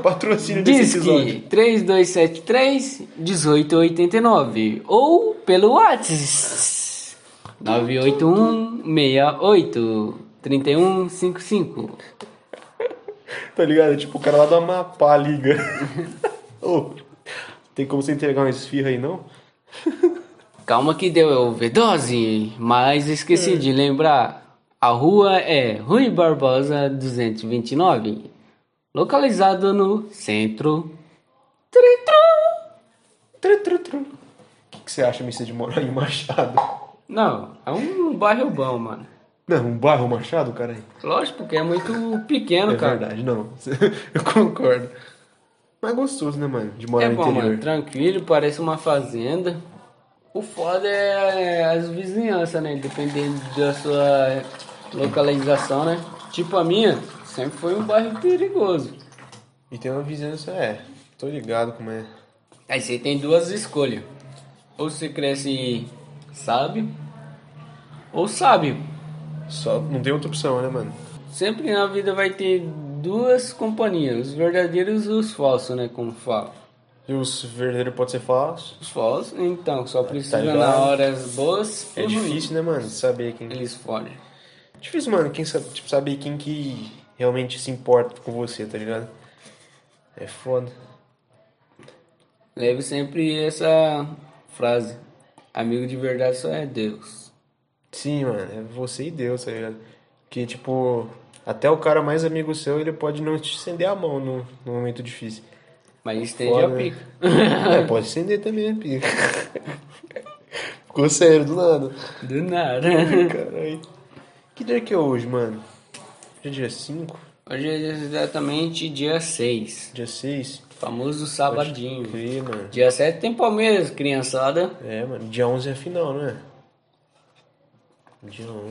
Speaker 1: Patrocínio desse episódio.
Speaker 3: Disque 3273 1889 ou pelo WhatsApp 981 68 3155.
Speaker 1: Tá ligado? Tipo, o cara lá do Amapá liga. Ô, tem como você entregar uma esfirra aí, não?
Speaker 3: Calma que deu é overdose, mas esqueci
Speaker 1: Hum.
Speaker 3: de lembrar. A rua é Rui Barbosa 229, localizado no centro.
Speaker 1: Tru, tru, tru. O que, que você acha, Mr. de morar em Machado?
Speaker 3: Não, é um bairro bom, mano.
Speaker 1: Não, um bairro Machado, cara?
Speaker 3: Lógico, porque é muito pequeno,
Speaker 1: É
Speaker 3: cara.
Speaker 1: verdade, não. Eu concordo. Mas é gostoso, né, mano? De morar
Speaker 3: É
Speaker 1: no
Speaker 3: bom,
Speaker 1: interior.
Speaker 3: mano, tranquilo, parece uma fazenda. O foda é as vizinhanças, né? Dependendo da sua localização, né? Tipo a minha, sempre foi um bairro perigoso.
Speaker 1: E tem uma vizinhança, é. Tô ligado como é.
Speaker 3: Aí você tem duas escolhas. Ou você cresce sábio, ou sábio.
Speaker 1: Só não tem outra opção, né, mano?
Speaker 3: Sempre na vida vai ter duas companhias, os verdadeiros e os falsos, né? Como fala.
Speaker 1: E os verdadeiros pode ser falso.
Speaker 3: Os falsos, então, só precisa
Speaker 1: Tá ligado?
Speaker 3: na horas boas e
Speaker 1: É
Speaker 3: ruins.
Speaker 1: difícil, né, mano? Saber quem.
Speaker 3: Eles fogem.
Speaker 1: Difícil, mano, quem sabe, tipo, saber quem que realmente se importa com você, tá ligado? É foda.
Speaker 3: Leve sempre essa frase. Amigo de verdade só é Deus.
Speaker 1: Sim, mano, é você e Deus, tá ligado? Que, tipo, até o cara mais amigo seu, ele pode não te estender a mão no, no momento difícil.
Speaker 3: Mas estende a
Speaker 1: Foda, né?
Speaker 3: pica.
Speaker 1: É, pode estender também, né, pica? Ficou sério do nada.
Speaker 3: Do nada.
Speaker 1: Caralho. Que dia que é hoje, mano? Hoje é dia 5?
Speaker 3: Hoje é exatamente dia 6.
Speaker 1: Dia 6?
Speaker 3: Famoso sabadinho.
Speaker 1: Crer, mano.
Speaker 3: Dia 7 tem Palmeiras, criançada.
Speaker 1: É, mano. Dia 11 é a final, não é? Dia 11.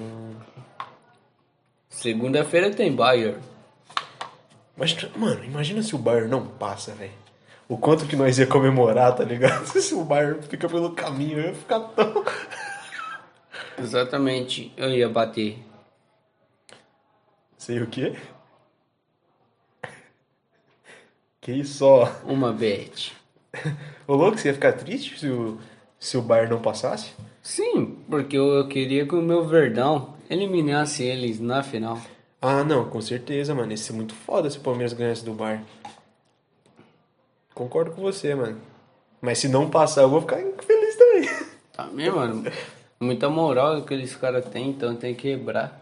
Speaker 3: Segunda-feira tem Bayern.
Speaker 1: Mas, mano, imagina se o Bayern não passa, velho. O quanto que nós ia comemorar, tá ligado? Se o Bayern fica pelo caminho, eu ia ficar tão.
Speaker 3: Exatamente. Eu ia bater.
Speaker 1: Sei o quê? Que isso, ó.
Speaker 3: Uma bet.
Speaker 1: Ô, louco, você ia ficar triste se o, se o Bayern não passasse?
Speaker 3: Sim, porque eu eu queria que o meu Verdão eliminasse eles na final.
Speaker 1: Ah, não, com certeza, mano. Ia ser muito foda se o Palmeiras ganhasse do Bayern. Concordo com você, mano. Mas se não passar, eu vou ficar feliz também.
Speaker 3: Tá mesmo, mano? Muita moral que aqueles caras têm, então tem que quebrar.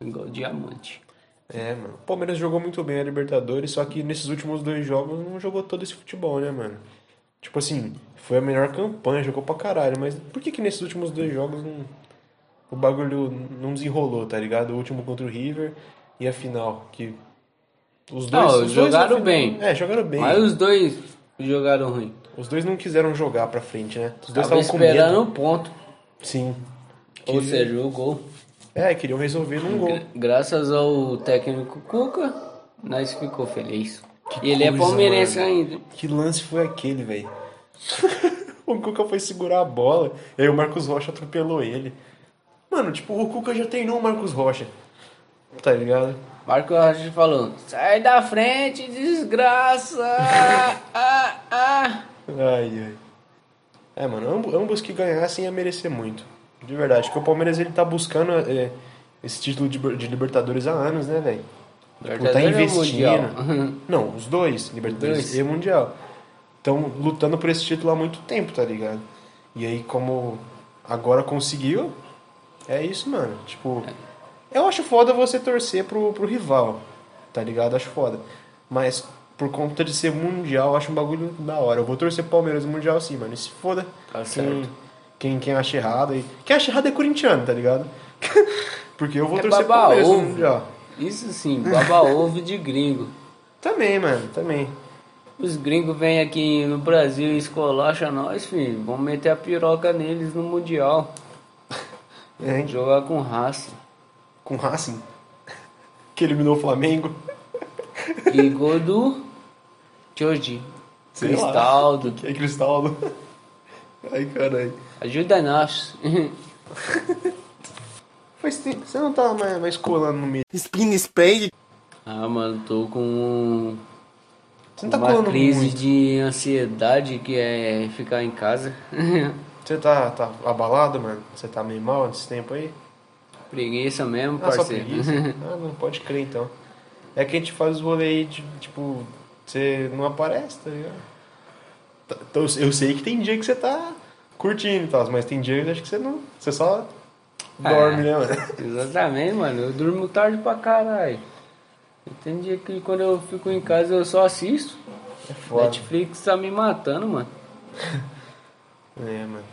Speaker 3: Igual diamante.
Speaker 1: É, mano. O Palmeiras jogou muito bem a Libertadores, só que nesses últimos dois jogos não jogou todo esse futebol, né, mano? Tipo assim, foi a melhor campanha, jogou pra caralho, mas por que que nesses últimos dois jogos não, o bagulho não desenrolou, tá ligado? O último contra o River e a final. Que os dois.
Speaker 3: Não,
Speaker 1: os dois
Speaker 3: jogaram
Speaker 1: no final-
Speaker 3: bem.
Speaker 1: É, jogaram bem.
Speaker 3: Mas os dois jogaram ruim.
Speaker 1: Os dois não quiseram jogar pra frente, né? Os dois
Speaker 3: Tava
Speaker 1: estavam com medo.
Speaker 3: esperando o ponto.
Speaker 1: Sim.
Speaker 3: Ou seja, o gol.
Speaker 1: É, queriam resolver num gol.
Speaker 3: Gra- Graças ao técnico Cuca, nós ficou feliz.
Speaker 1: Que
Speaker 3: e ele é
Speaker 1: coisa,
Speaker 3: palmeirense
Speaker 1: mano.
Speaker 3: ainda.
Speaker 1: Que lance foi aquele, velho? o Cuca foi segurar a bola, e aí o Marcos Rocha atropelou ele. Mano, tipo, o Cuca já treinou o Marcos Rocha. Tá ligado?
Speaker 3: Marco Rocha falou: sai da frente, desgraça! Ah, ah.
Speaker 1: Ai, ai. É, mano, amb- ambos que ganhassem ia merecer muito. De verdade, porque o Palmeiras ele tá buscando é, esse título de, Liber- de Libertadores há anos, né, velho? Tipo, tá
Speaker 3: Libertadores ou Mundial?
Speaker 1: investindo. Não, os dois, Libertadores
Speaker 3: Dois.
Speaker 1: e Mundial. Estão lutando por esse título há muito tempo, tá ligado? E aí, como agora conseguiu, é isso, mano. Tipo,
Speaker 3: É.
Speaker 1: eu acho foda você torcer pro, pro rival, tá ligado? Acho foda. Mas por conta de ser mundial, eu acho um bagulho da hora. Eu vou torcer pro Palmeiras no mundial sim, mano. E se foda.
Speaker 3: Tá
Speaker 1: quem, quem, quem acha errado aí. Quem acha errado é corintiano, tá ligado? Porque eu vou
Speaker 3: É
Speaker 1: torcer pro
Speaker 3: baba
Speaker 1: Palmeiras no
Speaker 3: ovo.
Speaker 1: mundial.
Speaker 3: Isso sim, baba ovo de gringo.
Speaker 1: Também, mano, também.
Speaker 3: Os gringos vêm aqui no Brasil e escolacha nós, filho. Vamos meter a piroca neles no Mundial.
Speaker 1: É, hein?
Speaker 3: Jogar com raça.
Speaker 1: com o Racing, que eliminou o Flamengo.
Speaker 3: E gol do Jordi.
Speaker 1: Sei lá.
Speaker 3: Cristaldo.
Speaker 1: Que é Cristaldo. Ai, caralho.
Speaker 3: Ajuda nós.
Speaker 1: Faz tempo. Você não tá mais, mais colando no mídia.
Speaker 4: Spin Spray.
Speaker 3: ah, mano, tô com
Speaker 1: Você não tá
Speaker 3: uma
Speaker 1: colando
Speaker 3: crise
Speaker 1: muito.
Speaker 3: de ansiedade que é ficar em casa.
Speaker 1: Você tá, tá abalado, mano? Você tá meio mal nesse tempo aí?
Speaker 3: preguiça mesmo,
Speaker 1: Ah, só
Speaker 3: parceiro.
Speaker 1: preguiça? ah, não, pode crer então. É que a gente faz os rolês aí, de, tipo, você não aparece, tá ligado? Tá- Então, eu sei que tem dia que você tá curtindo e tal, mas tem dia que eu acho que você não. Você só
Speaker 3: É.
Speaker 1: dorme, né, mano?
Speaker 3: Exatamente, mano. Eu durmo tarde pra caralho. E Tem dia que quando eu fico em casa eu só assisto.
Speaker 1: É foda.
Speaker 3: Netflix tá me matando, mano.
Speaker 1: É, mano.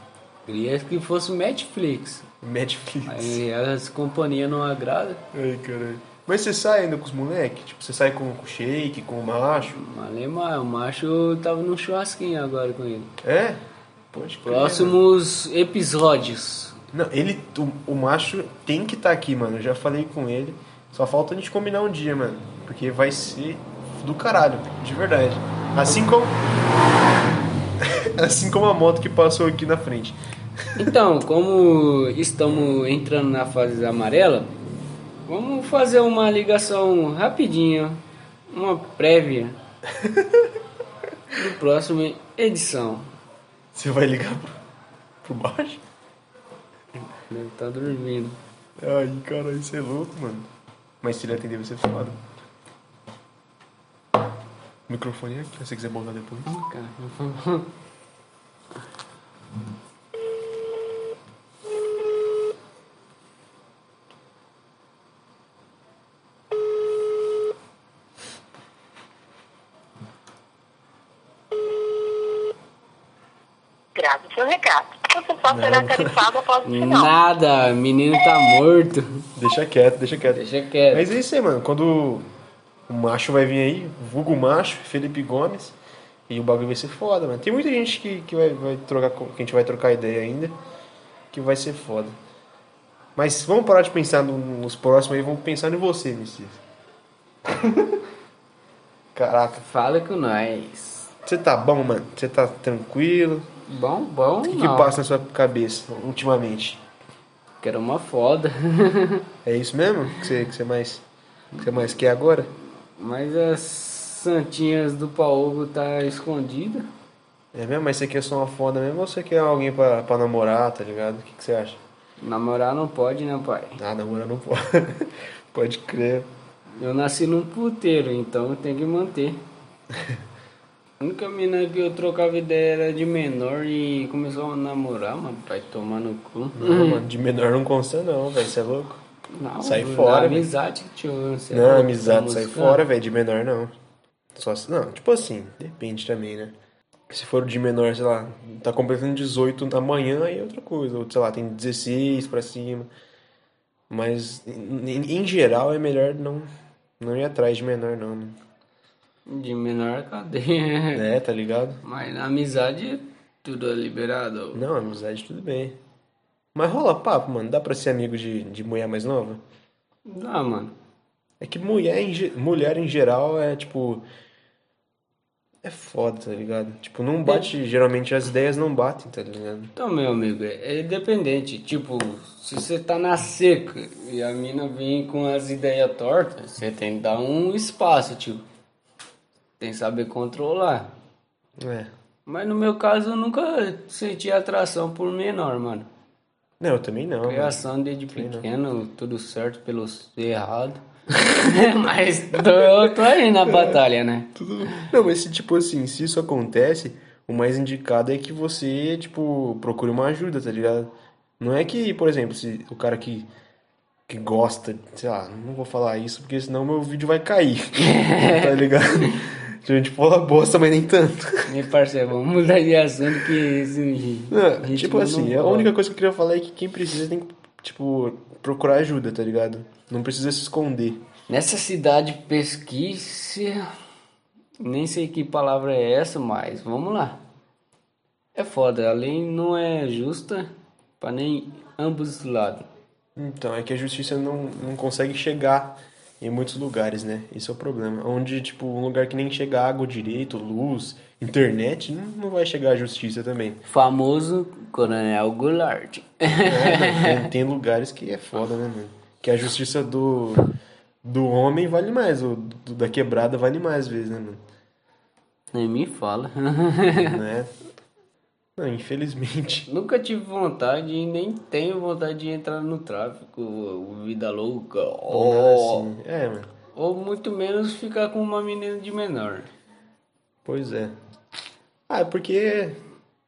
Speaker 3: Queria que fosse Netflix.
Speaker 1: Netflix.
Speaker 3: Aí as companhias não agradam.
Speaker 1: Ai, caralho. Mas você sai ainda com os moleques? Tipo, você sai com, com o shake, com o macho?
Speaker 3: Malemar, o macho tava num churrasquinho agora com ele.
Speaker 1: É? Pode crer, mano.
Speaker 3: Próximos episódios.
Speaker 1: Não, ele. O, o macho tem que estar aqui, mano. Eu já falei com ele. Só falta a gente combinar um dia, mano. Porque vai ser do caralho, de verdade. Assim como. assim como a moto que passou aqui na frente.
Speaker 3: Então, como estamos entrando na fase amarela, vamos fazer uma ligação rapidinha, uma prévia do próximo edição.
Speaker 1: Você vai ligar pro, pro baixo?
Speaker 3: Deve estar dormindo.
Speaker 1: Ai, caralho, você é louco, mano. Mas se ele atender, vai ser foda. O microfone é aqui, se você quiser botar depois.
Speaker 3: Cara,
Speaker 5: Grave seu recado. Você só será tarifado após o sinal.
Speaker 3: Nada, menino tá morto.
Speaker 1: Deixa quieto, deixa quieto.
Speaker 3: Deixa quieto.
Speaker 1: Mas é isso aí, mano. Quando o macho vai vir aí, vulgo macho, Felipe Gomes, e o bagulho vai ser foda, mano. Tem muita gente que, que, vai, vai trocar, com- que a gente vai trocar ideia ainda, que vai ser foda. Mas vamos parar de pensar no- nos próximos aí, vamos pensar em você, Messias. Caraca,
Speaker 3: Fala com nós.
Speaker 1: você tá bom, mano? Você tá tranquilo?
Speaker 3: Bom, bom.
Speaker 1: O que, que
Speaker 3: não.
Speaker 1: passa na sua cabeça ultimamente?
Speaker 3: Quero uma foda.
Speaker 1: É isso mesmo que você, que você mais que você mais quer agora?
Speaker 3: Mas as santinhas do Paulo tá escondida.
Speaker 1: É mesmo? Mas você quer só uma foda mesmo ou você quer alguém pra, pra namorar, tá ligado? O que, que você acha?
Speaker 3: Namorar não pode, né, pai?
Speaker 1: Ah, namorar não pode. pode crer.
Speaker 3: Eu nasci num puteiro, então eu tenho que manter. A única mina que eu trocava ideia era de menor e começou a namorar, mano, vai tomar no cu.
Speaker 1: Não, mano, de menor não consta não, velho. Você é louco?
Speaker 3: Não,
Speaker 1: Sai
Speaker 3: na
Speaker 1: fora, velho.
Speaker 3: amizade, tio. você é
Speaker 1: não,
Speaker 3: louco,
Speaker 1: amizade,
Speaker 3: tá
Speaker 1: sai
Speaker 3: moscando?
Speaker 1: fora, velho. De menor não. Só se- Não, tipo assim, depende também, né? Se for de menor, sei lá, tá completando 18 amanhã, aí é outra coisa. Ou, sei lá, tem 16 pra cima. Mas, em, em- em geral, é melhor não, não ir atrás de menor, não. né?
Speaker 3: De menor cadeia.
Speaker 1: É, tá ligado?
Speaker 3: Mas na amizade tudo é liberado.
Speaker 1: Não, amizade, tudo bem. Mas rola papo, mano. Dá pra ser amigo de, de mulher mais nova?
Speaker 3: Dá, Ah, mano.
Speaker 1: É que mulher em, ge- mulher em geral é tipo. É foda, tá ligado? Tipo, não bate. Geralmente as ideias não batem, tá ligado?
Speaker 3: Então, meu amigo, é é independente. Tipo, se você tá na seca e a mina vem com as ideias tortas, você tem que dar um espaço, tio. Tem que saber controlar.
Speaker 1: É.
Speaker 3: Mas no meu caso, eu nunca senti atração por menor, mano.
Speaker 1: Não, eu também
Speaker 3: Tá
Speaker 1: não. mano. né?
Speaker 3: Criação desde pequeno, tudo certo pelo errado. Mas tô, eu tô aí na batalha, né?
Speaker 1: Tudo- Não, mas se, tipo assim, se isso acontece, o mais indicado é que você, tipo, procure uma ajuda, tá ligado? Não é que, por exemplo, se o cara que, que gosta, sei lá, não vou falar isso porque senão meu vídeo vai cair, tá ligado? Se a gente fala bosta, mas nem tanto.
Speaker 3: Meu parceiro, vamos mudar de assunto que esse.
Speaker 1: Não,
Speaker 3: ritmo
Speaker 1: tipo assim,
Speaker 3: não
Speaker 1: a
Speaker 3: rola.
Speaker 1: única coisa que eu queria falar é que quem precisa tem que, tipo, procurar ajuda, tá ligado? Não precisa se esconder.
Speaker 3: Nessa cidade pesquise, nem sei que palavra é essa, mas vamos lá. É foda, a lei não é justa pra nem ambos os lados.
Speaker 1: Então, é que a justiça não, não consegue chegar em muitos lugares, né? Esse é o problema. Onde, tipo, um lugar que nem chega água direito, luz, internet, não, não vai chegar a justiça também.
Speaker 3: Famoso Coronel Goulart.
Speaker 1: É, tem, tem lugares que é foda, né, mano? Que a justiça do, do homem vale mais, ou do- da quebrada vale mais, às vezes, né, mano?
Speaker 3: Nem me fala.
Speaker 1: Né? Não, infelizmente.
Speaker 3: Nunca tive vontade e nem tenho vontade de entrar no tráfico, vida louca, ou,
Speaker 1: Assim, é, mano.
Speaker 3: ou muito menos ficar com uma menina de menor.
Speaker 1: Pois é. Ah, é porque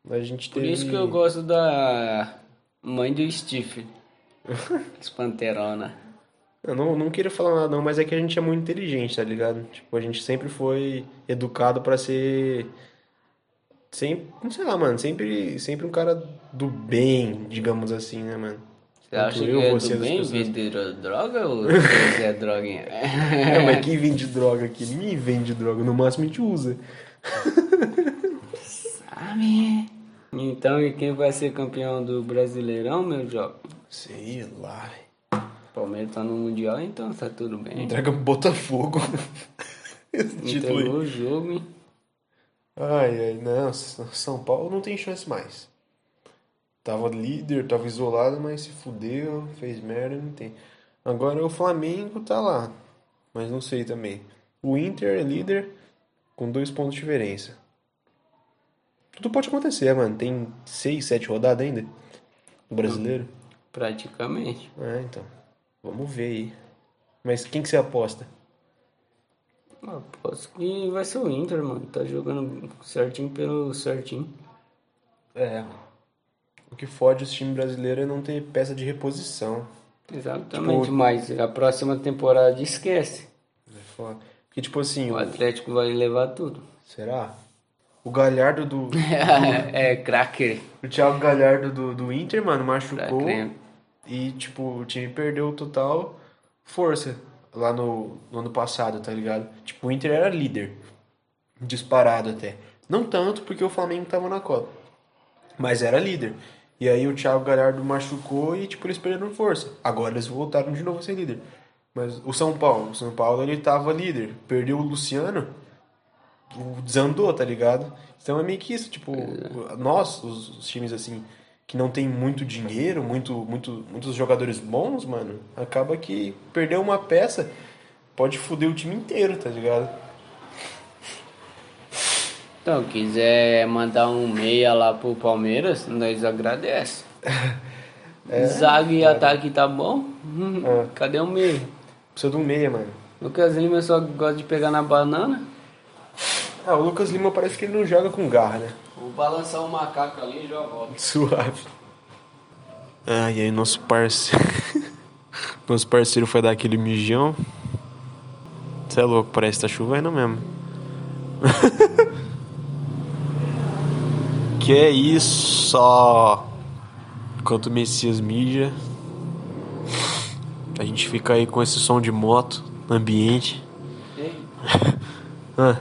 Speaker 1: a gente
Speaker 3: Por
Speaker 1: teve...
Speaker 3: isso que eu gosto da mãe do Steve. Espanterona.
Speaker 1: Eu não, não queria falar nada, não, mas é que a gente é muito inteligente, tá ligado? Tipo, a gente sempre foi educado pra ser. Sempre, não sei lá, mano, sempre, sempre um cara do bem, digamos assim, né, mano?
Speaker 3: Você acha
Speaker 1: Tanto
Speaker 3: que
Speaker 1: eu,
Speaker 3: é
Speaker 1: você,
Speaker 3: do
Speaker 1: das
Speaker 3: bem
Speaker 1: pessoas.
Speaker 3: vender droga ou você é droguinha?
Speaker 1: É, mas quem vende droga aqui? Ninguém vende droga, no máximo a gente usa.
Speaker 3: Sabe? Então, e quem vai ser campeão do Brasileirão, meu jovem?
Speaker 1: Sei lá, velho.
Speaker 3: Palmeiras tá no Mundial, então tá tudo bem.
Speaker 1: Entrega pro Botafogo. Esse título aí.
Speaker 3: Entregou o jogo, hein?
Speaker 1: Ai, ai, não, S- São Paulo não tem chance mais. Tava líder, tava isolado, mas se fudeu, fez merda, não tem. Agora o Flamengo tá lá, mas não sei também. O Inter é líder com dois pontos de diferença. Tudo pode acontecer, né, mano. Tem seis, sete rodadas ainda do brasileiro.
Speaker 3: Praticamente.
Speaker 1: É, então. Vamos ver aí. Mas quem que você aposta?
Speaker 3: Ah, Aposto que vai ser o Inter, mano. Tá jogando certinho pelo certinho.
Speaker 1: É. O que fode os times brasileiros é não ter peça de reposição.
Speaker 3: Exatamente,
Speaker 1: Tipo-
Speaker 3: mas a próxima temporada esquece.
Speaker 1: É foda. Porque, tipo assim,
Speaker 3: O
Speaker 1: o-
Speaker 3: Atlético vai levar tudo.
Speaker 1: será? O Galhardo do.
Speaker 3: é, craque.
Speaker 1: O Thiago Galhardo do, do Inter, mano,
Speaker 3: Pra
Speaker 1: machucou.
Speaker 3: crer.
Speaker 1: E, tipo, o time perdeu total força lá no, no ano passado, tá ligado? Tipo, o Inter era líder. Disparado até. Não tanto porque o Flamengo tava na Copa. Mas era líder. E aí o Thiago Galhardo machucou e, tipo, eles perderam força. Agora eles voltaram de novo a ser líder. Mas o São Paulo, o São Paulo ele tava líder. Perdeu o Luciano, o- desandou, tá ligado? Então é meio que isso, tipo, nós, os, os times assim, que não tem muito dinheiro, muito, muito, muitos jogadores bons, mano, acaba que perder uma peça pode foder o time inteiro, tá ligado?
Speaker 3: Então, quiser mandar um meia lá pro Palmeiras, nós agradece. É. Zaga e ataque tá bom? Cadê o meia?
Speaker 1: Precisa de um meia, mano.
Speaker 3: Lucas Lima só gosta de pegar na banana.
Speaker 1: Ah, o Lucas Lima parece que ele não joga com garra, né?
Speaker 3: Vou balançar o macaco ali e já volto.
Speaker 1: Suave. Ah, e aí nosso parceiro. nosso parceiro foi dar aquele mijão. Você é louco, parece que tá chovendo mesmo. que é isso! Enquanto o Messias mija. A gente fica aí com esse som de moto, ambiente.
Speaker 3: Ei,
Speaker 1: Ah.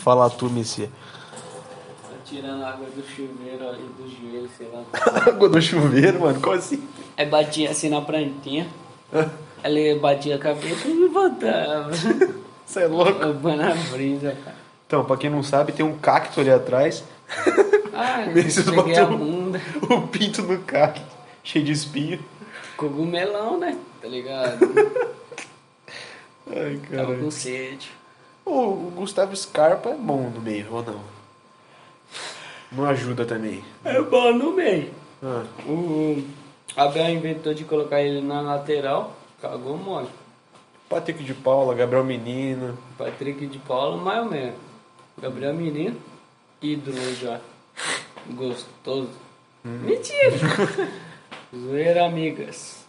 Speaker 1: Fala tu, Messias.
Speaker 3: tá tirando água do chuveiro ali, do joelho, sei lá.
Speaker 1: Água do chuveiro, mano, como assim?
Speaker 3: Aí batia assim na plantinha. Ela batia a cabeça e voltava.
Speaker 1: Você é louco?
Speaker 3: Roubando a brisa, cara.
Speaker 1: Então, pra quem não sabe, tem um cacto ali atrás.
Speaker 3: Ah,
Speaker 1: O Vinícius
Speaker 3: peguei a
Speaker 1: bateu-
Speaker 3: bunda.
Speaker 1: o pinto do cacto, cheio de espinho.
Speaker 3: Cogumelão, né? Tá ligado?
Speaker 1: Ai,
Speaker 3: Tava
Speaker 1: cara.
Speaker 3: com sede.
Speaker 1: O o Gustavo Scarpa é bom no meio, ou não? Não ajuda também.
Speaker 3: É bom no meio.
Speaker 1: Ah,
Speaker 3: O Abel inventou de colocar ele na lateral, cagou mole.
Speaker 1: Patrick de Paula, Gabriel Menino.
Speaker 3: Patrick de Paula, mais ou menos. Gabriel Menino, ídolo já. Gostoso. Mentira! Zoeira, amigas.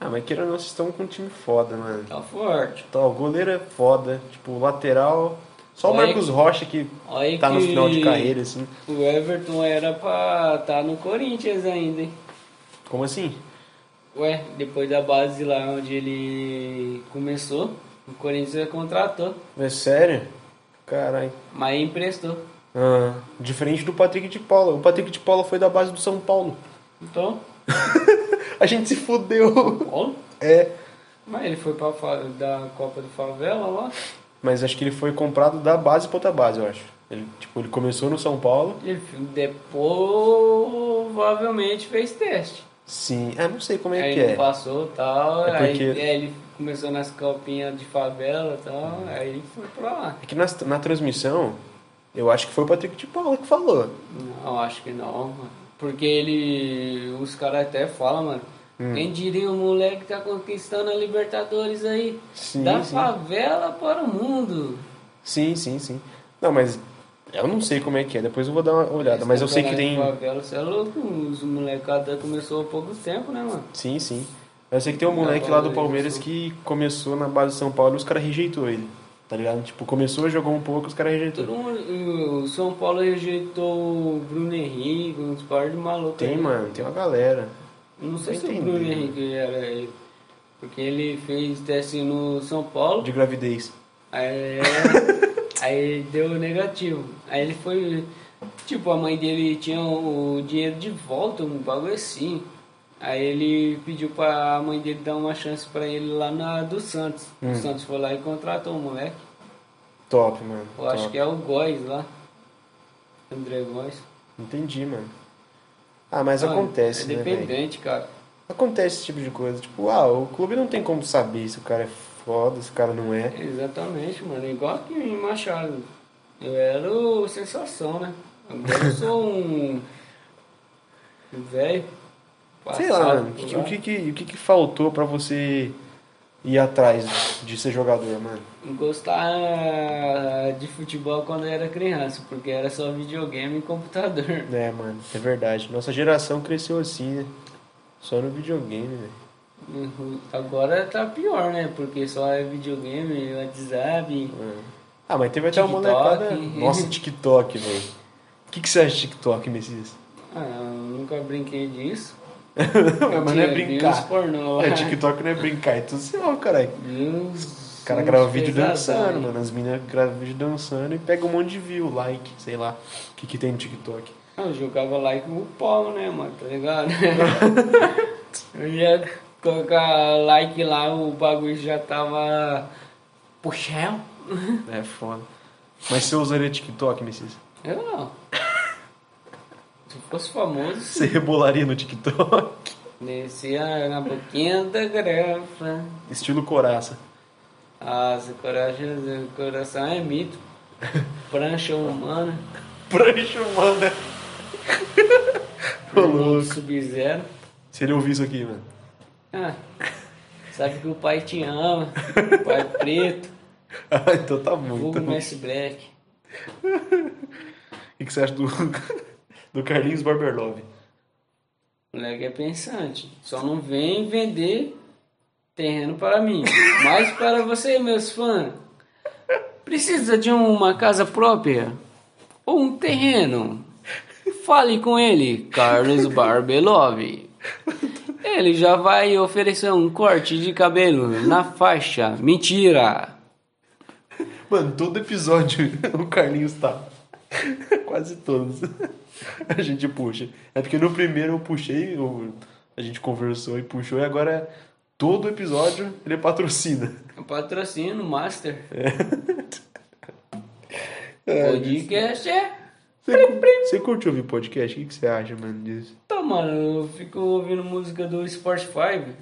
Speaker 1: Ah, mas queira ou não, vocês estão com um time foda, mano.
Speaker 3: Tá forte.
Speaker 1: Tá, o goleiro é foda. Tipo, o lateral. Só o
Speaker 3: Olha
Speaker 1: Marcos
Speaker 3: que-
Speaker 1: Rocha que
Speaker 3: olha
Speaker 1: tá no
Speaker 3: que-
Speaker 1: final de carreira, assim.
Speaker 3: O Everton era pra tá no Corinthians ainda, hein?
Speaker 1: Como assim?
Speaker 3: Ué, depois da base lá onde ele começou, o Corinthians contratou,
Speaker 1: É sério? Caralho.
Speaker 3: mas emprestou.
Speaker 1: Ah, diferente do Patrick de Paula. O Patrick de Paula foi da base do São Paulo.
Speaker 3: Então,
Speaker 1: A gente se fudeu.
Speaker 3: Paulo.
Speaker 1: É.
Speaker 3: Mas ele foi pra fa- da Copa do Favela lá.
Speaker 1: Mas acho que ele foi comprado da base pra outra base, eu acho. Ele, tipo, ele começou no São Paulo.
Speaker 3: Ele depois provavelmente fez teste.
Speaker 1: Sim. Ah, não sei como é
Speaker 3: aí
Speaker 1: que
Speaker 3: não
Speaker 1: é.
Speaker 3: passou tal.
Speaker 1: É
Speaker 3: aí,
Speaker 1: porque-
Speaker 3: aí ele começou nas copinhas de favela e tal. Aí ele foi pra lá.
Speaker 1: É que na, na transmissão, eu acho que foi o Patrick de Paula que falou.
Speaker 3: Não, acho que não, mano. Porque ele. Os caras até falam, mano.
Speaker 1: Hum.
Speaker 3: Quem diria o moleque tá conquistando a Libertadores aí?
Speaker 1: Sim,
Speaker 3: da
Speaker 1: sim.
Speaker 3: favela para o mundo.
Speaker 1: Sim, sim, sim. Não, mas eu não sei como é que é. Depois eu vou dar uma olhada. Mas eu sei que tem.
Speaker 3: Campeonato de Favela, você é louco, os molecados começou há pouco tempo, né, mano?
Speaker 1: Sim, sim. Eu sei que tem um moleque lá do Palmeiras que começou na base do São Paulo e os caras rejeitou ele. Tá ligado? Tipo, começou, jogou um pouco, os caras
Speaker 3: Todo
Speaker 1: rejeitou.
Speaker 3: mundo, o São Paulo rejeitou o Bruno Henrique, uns par de maluco.
Speaker 1: Tem,
Speaker 3: aí.
Speaker 1: mano, tem uma galera.
Speaker 3: Não sei
Speaker 1: Tô
Speaker 3: se o
Speaker 1: entendendo.
Speaker 3: Bruno Henrique era ele. Porque ele fez teste no São Paulo,
Speaker 1: De gravidez.
Speaker 3: aí, aí deu negativo. Aí ele foi. Tipo, a mãe dele tinha o dinheiro de volta, um bagulho assim. Aí ele pediu pra mãe dele dar uma chance pra ele lá na do Santos.
Speaker 1: Hum.
Speaker 3: O Santos foi lá e contratou o moleque.
Speaker 1: Top, mano.
Speaker 3: Eu acho que é o Góis lá. André Góis.
Speaker 1: Entendi, mano. Ah, mas
Speaker 3: Mano,
Speaker 1: acontece,
Speaker 3: É
Speaker 1: né, velho?
Speaker 3: dependente, cara.
Speaker 1: Acontece esse tipo de coisa. Tipo, ah, o clube não tem como saber se o cara é foda, se o cara não é.
Speaker 3: Exatamente, mano. É Igual aqui em Machado. Eu era o sensação, né? Agora eu sou um. um velho.
Speaker 1: Sei
Speaker 3: passado né?
Speaker 1: lá, mano. O
Speaker 3: por
Speaker 1: que, tipo
Speaker 3: lá.
Speaker 1: o que, que- o que, que faltou pra você ir atrás de ser jogador, mano?
Speaker 3: Gostar de futebol quando eu era criança, porque era só videogame e computador.
Speaker 1: É, mano, é verdade. Nossa geração cresceu assim, né? Só no videogame, velho.
Speaker 3: Agora tá pior, né? Porque só é videogame, WhatsApp.
Speaker 1: Ah, mas teve até uma
Speaker 3: TikTok.
Speaker 1: molecada. Nossa, TikTok, velho. O que, que você acha de TikTok, Messias?
Speaker 3: Ah, eu nunca brinquei disso.
Speaker 1: mas não é
Speaker 3: Tinha views
Speaker 1: brincar.
Speaker 3: pornô lá.
Speaker 1: É, TikTok não é brincar, é tudo seu, caralho.
Speaker 3: Deus,
Speaker 1: O cara
Speaker 3: uns
Speaker 1: grava vídeo
Speaker 3: pesadão,
Speaker 1: dançando,
Speaker 3: hein?
Speaker 1: mano. As meninas gravam vídeo dançando e pega um monte de view, like, sei lá. O que, que tem no TikTok?
Speaker 3: Eu jogava like com o pau, né, mano? Tá ligado? eu ia colocar like lá, o bagulho já tava. Puxão?
Speaker 1: É foda. Mas você usaria TikTok, Messias?
Speaker 3: Eu não. Se eu fosse famoso,
Speaker 1: Você rebolaria no TikTok?
Speaker 3: descia na boquinha da grafa.
Speaker 1: Estilo coraça.
Speaker 3: Ah, seu coragem, seu coração é mito. Prancha humana,
Speaker 1: Prancha humana. Ô,
Speaker 3: mundo
Speaker 1: louco.
Speaker 3: sub-zero.
Speaker 1: Se ele ouvir isso aqui, mano.
Speaker 3: Ah, sabe que o pai te ama, o pai é preto,
Speaker 1: Ah, então tá bom.
Speaker 3: vulgo
Speaker 1: Então.
Speaker 3: Messi Black.
Speaker 1: O que que você acha do, do Carlinhos Barberlove?
Speaker 3: O moleque é pensante. Só não vem vender terreno para mim. Mas para você, meus fãs. Precisa de uma casa própria? Ou um terreno? Fale com ele, Carlos Barbelove. Ele já vai oferecer um corte de cabelo na faixa. Mentira!
Speaker 1: Mano, todo episódio o Carlinhos tá. Quase todos. A gente puxa. É porque no primeiro eu puxei, eu- a gente conversou e puxou, e agora é todo episódio ele patrocina.
Speaker 3: É um Patrocínio Master. Podcast é.
Speaker 1: Você, cu- você curte ouvir podcast? O que que você acha, mano, disso?
Speaker 3: Tá, mano, eu fico ouvindo música do Spotify velho,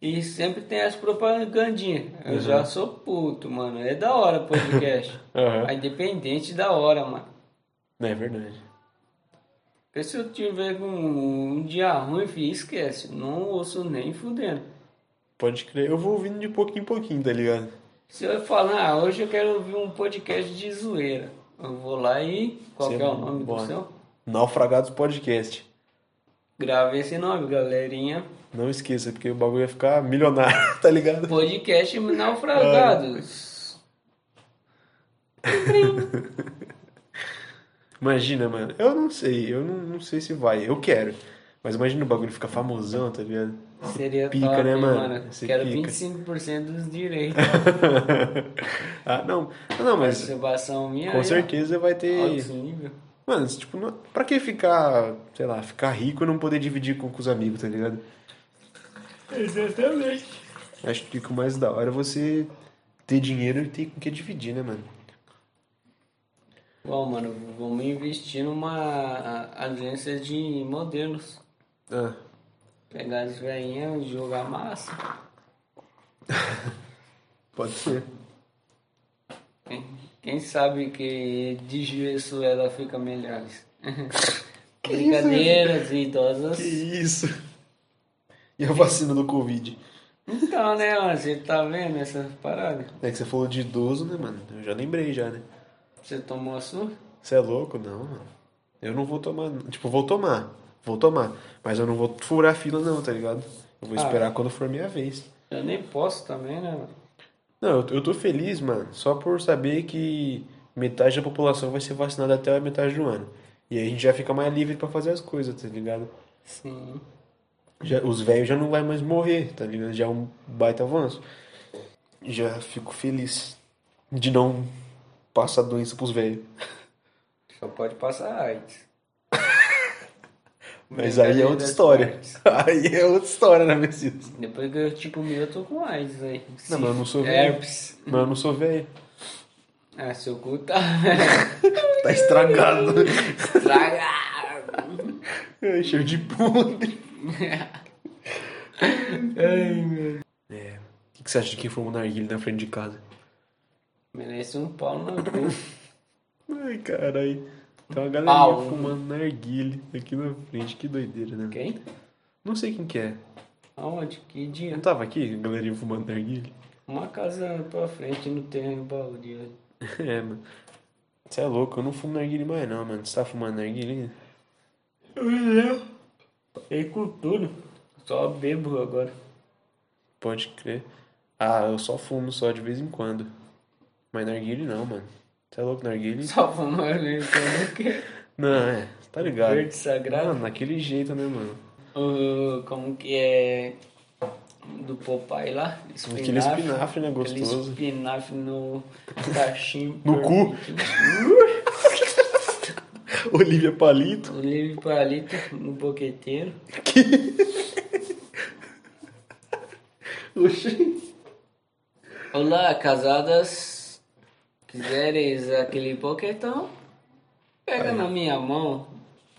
Speaker 3: e sempre tem as propagandinhas. Eu já sou puto, mano. É da hora podcast.
Speaker 1: Aham.
Speaker 3: É Independente da hora, mano.
Speaker 1: É verdade.
Speaker 3: Porque se eu tiver com um dia ruim, filho, esquece. Não ouço nem fudendo.
Speaker 1: Pode crer. Eu vou ouvindo de pouquinho em pouquinho, tá ligado?
Speaker 3: Se eu falar, ah, hoje eu quero ouvir um podcast de zoeira. Eu vou lá e. Qual
Speaker 1: Você
Speaker 3: que é o nome do
Speaker 1: bota.
Speaker 3: seu?
Speaker 1: Naufragados Podcast.
Speaker 3: Grave esse nome, galerinha.
Speaker 1: Não esqueça, porque o bagulho ia ficar milionário, tá ligado?
Speaker 3: Podcast Naufragados.
Speaker 1: Imagina, mano. Eu não sei, eu não, não sei se vai. Eu quero. Mas imagina o bagulho ficar famosão, tá ligado?
Speaker 3: Seria
Speaker 1: Pica,
Speaker 3: top,
Speaker 1: né,
Speaker 3: hein,
Speaker 1: mano?
Speaker 3: mano?
Speaker 1: Você
Speaker 3: Quero
Speaker 1: pica.
Speaker 3: 25% dos direitos.
Speaker 1: ah, não. Ah, Não, mas
Speaker 3: Observação minha.
Speaker 1: com
Speaker 3: aí, ó.
Speaker 1: certeza vai ter.
Speaker 3: Alto nível.
Speaker 1: Mano, tipo, não... pra que ficar, sei lá, ficar rico e não poder dividir com, com os amigos, tá ligado?
Speaker 3: Exatamente.
Speaker 1: Acho que o mais da hora é você ter dinheiro e ter com o que dividir, né, mano?
Speaker 3: Bom, mano, vamos investir numa agência de modelos.
Speaker 1: Ah,
Speaker 3: Pegar as velhinhas, jogar massa.
Speaker 1: pode ser.
Speaker 3: Quem, quem sabe que de gesso ela fica melhor. Brincadeiras idosas.
Speaker 1: Que isso? E a vacina do Covid?
Speaker 3: Então, né, mano, você tá vendo essas paradas?
Speaker 1: É que você falou de idoso, né, mano? Eu já lembrei já, né?
Speaker 3: Você tomou a sua?
Speaker 1: Você é louco? Não, mano. Eu não vou tomar. não. Tipo, vou tomar. Vou tomar. Mas eu não vou furar a fila, não, tá ligado? Eu vou
Speaker 3: Ah.
Speaker 1: esperar quando for minha vez.
Speaker 3: Eu nem posso também, né, mano?
Speaker 1: Não, eu, eu tô feliz, mano, só por saber que metade da população vai ser vacinada até a metade do ano. E aí a gente já fica mais livre pra fazer as coisas, tá ligado?
Speaker 3: Sim.
Speaker 1: Já- os velhos já não vai mais morrer, tá ligado? Já é um baita avanço. Já fico feliz de não passar doença pros velhos.
Speaker 3: Só pode passar AIDS.
Speaker 1: Mas aí é outra história.
Speaker 3: Brincadeiras
Speaker 1: Aí é outra história, né, Messias?
Speaker 3: com AIDS. Depois que eu te comi, eu tô com AIDS aí.
Speaker 1: Não, mas eu não sou velho.
Speaker 3: Herpes.
Speaker 1: Mas eu não sou velho.
Speaker 3: Ah, seu cu tá
Speaker 1: Tá estragado.
Speaker 3: estragado.
Speaker 1: É, Cheio de podre.
Speaker 3: Ai, meu.
Speaker 1: É. O que você acha de quem fumou narguilé na frente de casa?
Speaker 3: Merece um pau no cu.
Speaker 1: Ai, caralho. Tem uma galerinha
Speaker 3: Pau.
Speaker 1: fumando narguile aqui na frente. Que doideira, né?
Speaker 3: Quem?
Speaker 1: Não sei quem que é.
Speaker 3: Aonde? Que dia?
Speaker 1: Não tava aqui, a galerinha fumando narguile?
Speaker 3: Uma casa pra frente no terreno baldio.
Speaker 1: É, mano. Você é louco, eu não fumo narguile mais não, mano. Você tá fumando narguile?
Speaker 3: E com tudo. Só bebo agora.
Speaker 1: Pode crer. Ah, eu só fumo só de vez em quando. Mas narguile não, mano. Você é louco, narguile?
Speaker 3: Só fumando então, que
Speaker 1: Não, é. Tá ligado?
Speaker 3: verde sagrado.
Speaker 1: Mano, naquele jeito, né, mano?
Speaker 3: O- como que é do Popeye lá?
Speaker 1: Aquele espinafre, né,
Speaker 3: Aquele
Speaker 1: gostoso.
Speaker 3: espinafre no cachimbo.
Speaker 1: No cu. Olivia Palito.
Speaker 3: O livre palito no boqueteiro.
Speaker 1: Oxi.
Speaker 3: Olá, casadas. Quiseres aquele boquetão? Pega na minha mão.